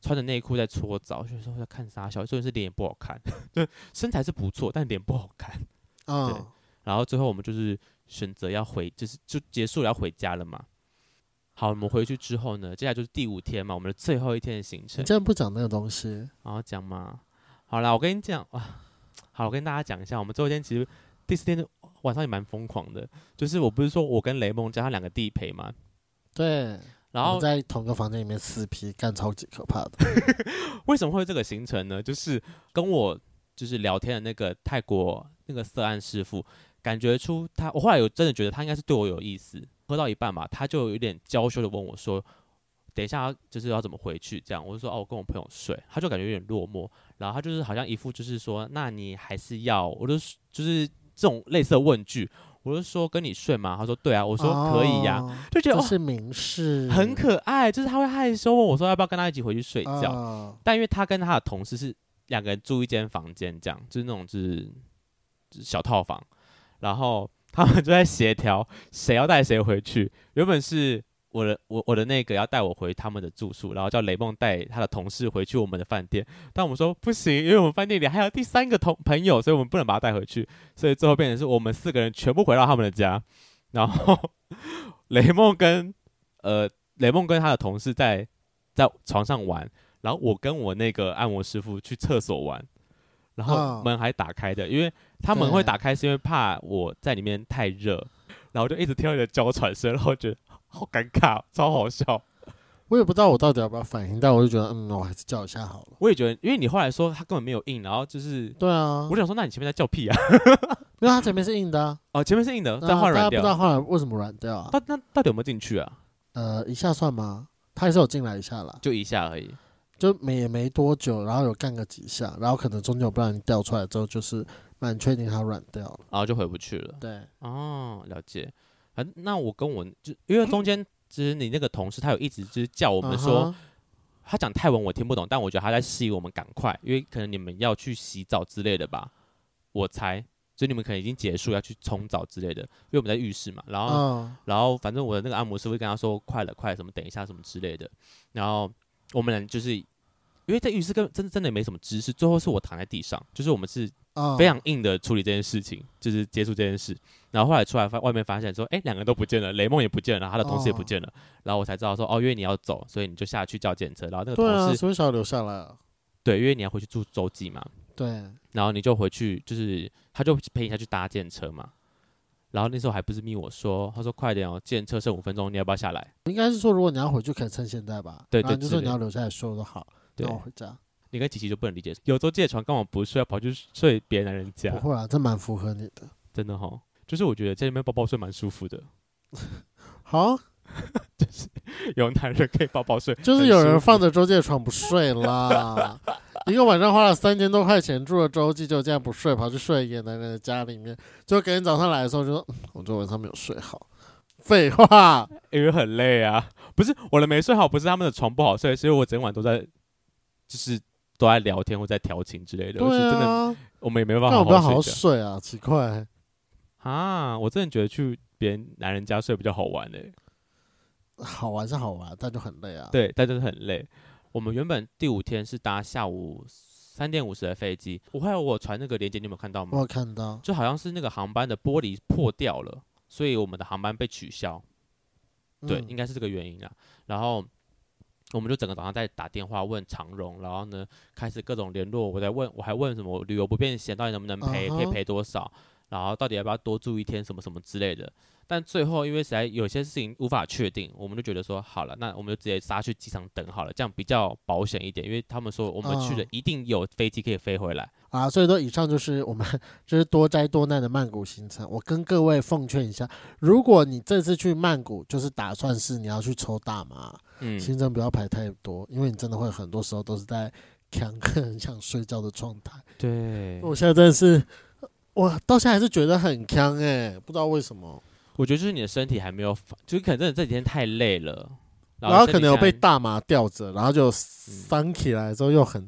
Speaker 2: 穿着内裤在搓澡，就说在看傻笑，重点是脸也不好看， 对，身材是不错，但脸不好看。对
Speaker 1: 嗯，
Speaker 2: 然后最后我们就是选择要回，就是就结束了要回家了嘛。好，我们回去之后呢，接下来就是第五天嘛，我们的最后一天的行
Speaker 1: 你
Speaker 2: 程。
Speaker 1: 竟然不讲那个东西，
Speaker 2: 然后讲嘛，好啦，我跟你讲啊，好，我跟大家讲一下，我们最后一天其实第四天的晚上也蛮疯狂的，就是我不是说我跟雷蒙加上两个地陪嘛，
Speaker 1: 对，
Speaker 2: 然
Speaker 1: 我
Speaker 2: 后
Speaker 1: 们在同个房间里面撕皮，干超级可怕的，
Speaker 2: 为什么会有这个行程呢？就是跟我就是聊天的那个泰国那个色案师傅，感觉出他，我后来有真的觉得他应该是对我有意思。喝到一半嘛，他就有点娇羞的问我说：“等一下就是要怎么回去？”这样，我就说：“哦，我跟我朋友睡。”他就感觉有点落寞，然后他就是好像一副就是说：“那你还是要？”我就就是这种类似的问句，我就说：“跟你睡吗？”他说：“对啊。”我
Speaker 1: 我
Speaker 2: 说：“可以呀、就觉得
Speaker 1: 这
Speaker 2: 哇、
Speaker 1: 哦是明示，
Speaker 2: 很可爱，就是他会害羞问我说要不要跟他一起回去睡觉。
Speaker 1: 啊
Speaker 2: 但因为他跟他的同事是两个人住一间房间，这样就是那种就是就是小套房，然后他们就在协调 谁要带谁回去。原本是我的我我的那个要带我回他们的住宿，然后叫雷梦带他的同事回去我们的饭店，但我们说不行，因为我们饭店里还有第三个同朋友，所以我们不能把他带回去，所以最后变成是我们四个人全部回到他们的家，然后 雷梦跟呃雷梦跟他的同事在在床上玩，然后我跟我那个按摩师傅去厕所玩，然后
Speaker 1: 嗯
Speaker 2: 门还打开的，因为他门会
Speaker 1: 对
Speaker 2: 打开是因为怕我在里面太热，然后就一直听到你的娇喘声，然后觉得好尴尬，超好笑。
Speaker 1: 我也不知道我到底要不要反应，但我就觉得，嗯，我还是叫一下好了。
Speaker 2: 我也觉得，因为你后来说他根本没有硬，然后就是
Speaker 1: 对啊，
Speaker 2: 我想说，那你前面在叫屁啊？
Speaker 1: 因为它前面是硬的、啊，
Speaker 2: 哦，前面是硬的，
Speaker 1: 那
Speaker 2: 再换软
Speaker 1: 大家不知道
Speaker 2: 掉。
Speaker 1: 后来为什么软掉啊？
Speaker 2: 到那到底有没有进去啊？
Speaker 1: 呃，一下算吗？他还是有进来一下啦，
Speaker 2: 就一下而已。
Speaker 1: 就没也没多久，然后有干个几下，然后可能中间有不小心掉出来之后，就是蛮确定它软掉了。
Speaker 2: 然后就回不去了。
Speaker 1: 对，
Speaker 2: 哦，了解。反正那我跟我就因为中间就是你那个同事，他有一直就是叫我
Speaker 1: 我
Speaker 2: 们说，他讲泰文我听不懂，但我觉得他在示意我们赶快，因为可能你们要去洗澡之类的吧，我猜。所以你们可能已经结束要去冲澡之类的，因为我们在浴室嘛。然后
Speaker 1: 嗯，
Speaker 2: 然后反正我的那个按摩师会跟他说快了快了什么等一下什么之类的，然后我们俩就是因为在浴室跟真真的没什么知识，最后是我躺在地上，就是我们是
Speaker 1: 嗯
Speaker 2: 非常硬的处理这件事情，就是接触这件事，然后后来出来发外面发现说，哎，两个人都不见了，雷梦也不见了，然后他的同事也不见了，
Speaker 1: 哦
Speaker 2: 然后我才知道说，哦，因为你要走，所以你就下去叫检车，然后那个同
Speaker 1: 对啊，
Speaker 2: 事
Speaker 1: 所以想要留下来啊。
Speaker 2: 对因为你要回去住周记嘛，
Speaker 1: 对，
Speaker 2: 然后你就回去，就是他就陪你下去搭建车嘛。然后那时候还不是密我说，他说快点哦，建车剩五分钟，你要不要下来？
Speaker 1: 应该是说如果你要回去，可以趁现在吧。
Speaker 2: 对
Speaker 1: 然后
Speaker 2: 对
Speaker 1: 就
Speaker 2: 之
Speaker 1: 说
Speaker 2: 类
Speaker 1: 你要留下来说都好，
Speaker 2: 对
Speaker 1: 那我，回家。
Speaker 2: 你跟琪琪就不能理解，有时候借床刚好不睡，要跑去睡别的男人家
Speaker 1: 不，会啊，这蛮符合你的。
Speaker 2: 真的哈。就是我觉得在那边抱抱睡蛮舒服的，
Speaker 1: 好，
Speaker 2: 有男人可以抱抱睡，
Speaker 1: 就是有人放
Speaker 2: 着
Speaker 1: 着周记的床不睡啦，一个晚上花了三千多块钱住了周记，就这样不睡，跑去睡野男人的家里面，就隔天早上来的时候就说，嗯我昨晚上没有睡好。废话，
Speaker 2: 因为很累啊。不是我的没睡好，不是他们的床不好睡，所以我整晚都在就是都在聊天或在调情之类的。我是
Speaker 1: 对
Speaker 2: 真的，
Speaker 1: 啊，
Speaker 2: 我们也没办法
Speaker 1: 那
Speaker 2: 好
Speaker 1: 我不要好
Speaker 2: 好
Speaker 1: 好
Speaker 2: 睡觉
Speaker 1: 睡啊，奇怪，
Speaker 2: 啊。我真的觉得去别人男人家睡比较好玩诶、欸
Speaker 1: 好玩是好玩，但就很累啊。，
Speaker 2: 对，但就是很累。我们原本第五天是搭下午三点五十的飞机。我后来我有传那个链接，你有没有看到
Speaker 1: 我
Speaker 2: 吗？
Speaker 1: 有看到，
Speaker 2: 就好像是那个航班的玻璃破掉了，所以我们的航班被取消。对，
Speaker 1: 嗯
Speaker 2: 应该是这个原因啊。然后我们就整个早上在打电话问长荣，然后呢开始各种联络，我在问，我还问什么旅游不便险到底能不能赔
Speaker 1: 嗯哼
Speaker 2: 可以赔多少，然后到底要不要多住一天，什么什么之类的。但最后因为实在有些事情无法确定，我们就觉得说好了，那我们就直接杀去机场等好了，这样比较保险一点，因为他们说我们去了
Speaker 1: 嗯
Speaker 2: 一定有飞机可以飞回来。
Speaker 1: 啊，所以说以上就是我们 这是多灾多难的曼谷行程。我跟各位奉劝一下，如果你这次去曼谷，就是打算是你要去抽大麻，
Speaker 2: 嗯，
Speaker 1: 行程不要排太多，因为你真的会很多时候都是在两个很 想睡觉的状态。
Speaker 2: 对，
Speaker 1: 我现在真的是，我到现在还是觉得很呛哎、不知道为什么。
Speaker 2: 我觉得就是你的身体还没有反，就是可能真的这几天太累了，
Speaker 1: 然后
Speaker 2: 身
Speaker 1: 可
Speaker 2: 体
Speaker 1: 能有被
Speaker 2: 刚
Speaker 1: 大麻吊着，然后就
Speaker 2: 嗯
Speaker 1: 翻起来之后又很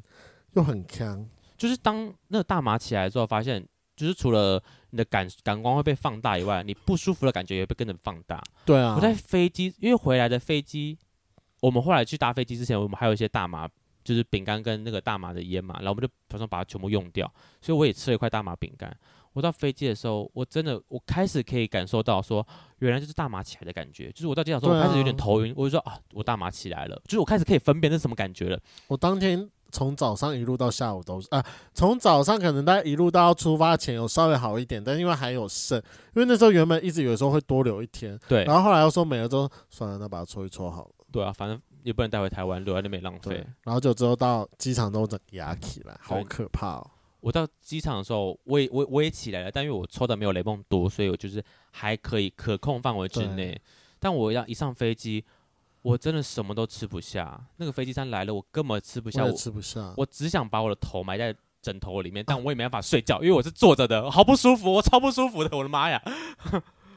Speaker 1: 又很呛。
Speaker 2: 就是当那个大麻起来之后，发现就是除了你的感感官会被放大以外，你不舒服的感觉也被跟着放大。
Speaker 1: 对啊
Speaker 2: 我，在飞机，因为回来的飞机，我们后来去搭飞机之前，我们还有一些大麻，就是饼干跟那个大麻的烟嘛，然后我们就打算把它全部用掉，所以我也吃了一块大麻饼干。我到飞机的时候，我真的我开始可以感受到说，原来就是大麻起来的感觉。就是我到机场的时候，
Speaker 1: 对
Speaker 2: 我
Speaker 1: 啊
Speaker 2: 开始有点头晕，我就说啊，我大麻起来了，就是我开始可以分辨那是什么感觉了。
Speaker 1: 我当天从早上一路到下午都是啊，从早上可能大概一路到出发前有稍微好一点，但因为还有剩，因为那时候原本一直有时候会多留一天，
Speaker 2: 对
Speaker 1: 然后后来又说每个都算了，那把它抽一抽好了。
Speaker 2: 对啊，反正也不能带回台湾，留在那边也浪费
Speaker 1: 对。，然后就之后到机场都整个压起来，好可怕哦！
Speaker 2: 我到机场的时候，我也我我也起来了，但因为我抽的没有雷梦多，所以我就是还可以可控范围之
Speaker 1: 对
Speaker 2: 内。但我要一上飞机，我真的什么都吃不下。那个飞机餐来了，我根本吃不下，
Speaker 1: 我
Speaker 2: 我
Speaker 1: 也吃不下。
Speaker 2: 我只想把我的头埋在枕头 里面，但我也没办法睡觉，因为我是坐着的，好不舒服，我超不舒服的，我的妈呀！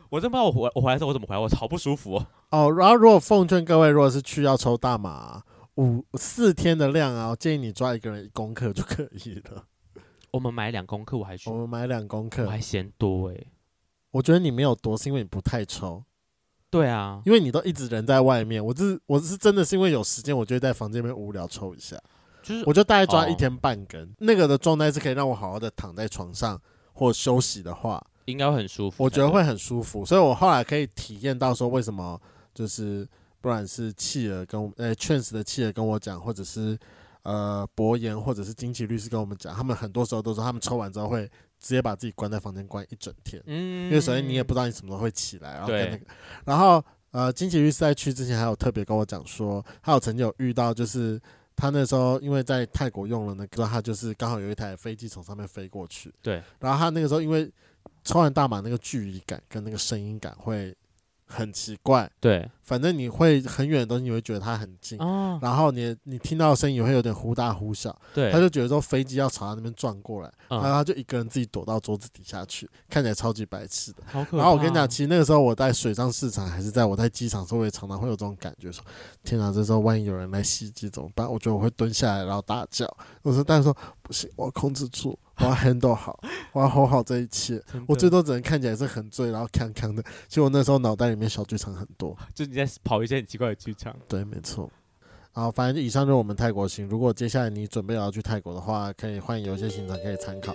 Speaker 2: 我真不知道我回我回来的时候我怎么回来，我好不舒服、哦。
Speaker 1: 哦，然后如果奉劝各位，如果是去要抽大麻啊、五四天的量啊，我建议你抓一个人一公克就可以了。
Speaker 2: 我们买两公克，我还去，
Speaker 1: 我
Speaker 2: 我
Speaker 1: 们买两公克，
Speaker 2: 还嫌多诶、欸
Speaker 1: 我觉得你没有多，是因为你不太抽，
Speaker 2: 对啊，
Speaker 1: 因为你都一直人在外面。我这我是真的是因为有时间，我就会在房间里面无聊抽一下，
Speaker 2: 就是
Speaker 1: 我就大概抓
Speaker 2: 哦
Speaker 1: 一天半根。那个的状态是可以让我好好的躺在床上或休息的话，
Speaker 2: 应该会很舒服。
Speaker 1: 我觉得会很舒服，所以我后来可以体验到说为什么就是不管是契儿跟我呃劝死的契儿跟我讲，或者是呃博言或者是金奇律师跟我们讲，他们很多时候都说他们抽完之后会直接把自己关在房间关一整天，
Speaker 2: 嗯
Speaker 1: 因为首先你也不知道你什么时候会起来，然后跟那
Speaker 2: 对
Speaker 1: 个，然后呃金奇律师在去之前还有特别跟我讲说，他有曾经有遇到就是。他那时候因为在泰国用了那个，他就是刚好有一台飞机从上面飞过去，
Speaker 2: 对，
Speaker 1: 然后他那个时候因为抽完大麻那个距离感跟那个声音感会很奇怪，
Speaker 2: 对
Speaker 1: 反正你会很远的东西你会觉得它很近，
Speaker 2: 哦，
Speaker 1: 然后你你听到的声音也会有点忽大忽小，
Speaker 2: 对，
Speaker 1: 他就啊觉得说飞机要朝他那边撞过来，然后
Speaker 2: 嗯，
Speaker 1: 他就一个人自己躲到桌子底下去，看起来超级白痴的。
Speaker 2: 好可怕。
Speaker 1: 然后我跟你讲，，其实那个时候我在水上市场还是在我在机场的时候，我也常常会有这种感觉说天哪，这时候万一有人来袭击怎么办？我觉得我会蹲下来然后大叫。我说，但是说不行，我要控制住，我要 handle 好，我要 hold 好这一切。
Speaker 2: 真的
Speaker 1: 我最多只能看起来是很醉，然后康康的。其实我那时候脑袋里面小剧场很多。
Speaker 2: 就你在跑一些很奇怪的剧场，
Speaker 1: 对，没错。好，反正以上就是我们泰国行。如果接下来你准备要去泰国的话，可以欢迎有一些行程可以参考。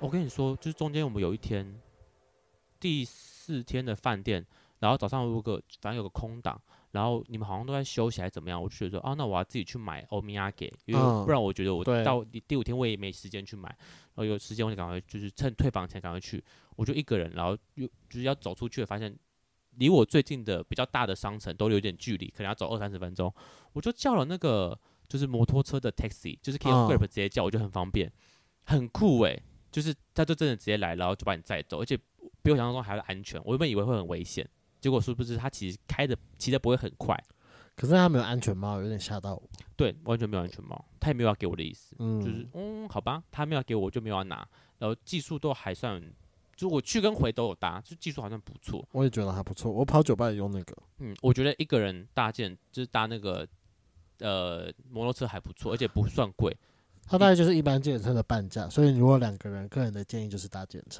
Speaker 2: 我跟你说，就是中间我们有一天，第四天的饭店，然后早上有个反正有个空档，然后你们好像都在休息还是怎么样，我就觉得说，啊，那我要自己去买欧米亚给，因为
Speaker 1: 嗯
Speaker 2: 不然我觉得我
Speaker 1: 对
Speaker 2: 到第第五天我也没时间去买，然后有时间我就赶快就是趁退房前赶快去，我就一个人，然后又就是要走出去，发现离我最近的比较大的商城都有点距离，可能要走二三十分钟，我就叫了那个就是摩托车的 taxi，就是可以
Speaker 1: 嗯
Speaker 2: 用 Grab 直接叫，我觉得很方便，很酷诶、就是他就真的直接来，然后就把你载走，而且比我想象中还要安全。我原本以为会很危险，结果殊不知他其实开的骑的不会很快，
Speaker 1: 可是他没有安全帽，有点吓到我。
Speaker 2: 对，完全没有安全帽，他也没有要给我的意思，
Speaker 1: 嗯，
Speaker 2: 就是嗯，好吧，他没有要给我，我就没有要拿。然后技术都还算，就我去跟回都有搭，就技术好像不错。
Speaker 1: 我也觉得还不错。我跑酒吧也用那个，
Speaker 2: 嗯，我觉得一个人搭建就是搭那个呃摩托车还不错，而且不算贵。
Speaker 1: 它大概就是一般计程车的半价，所以如果两个人，个人的建议就是搭计程车。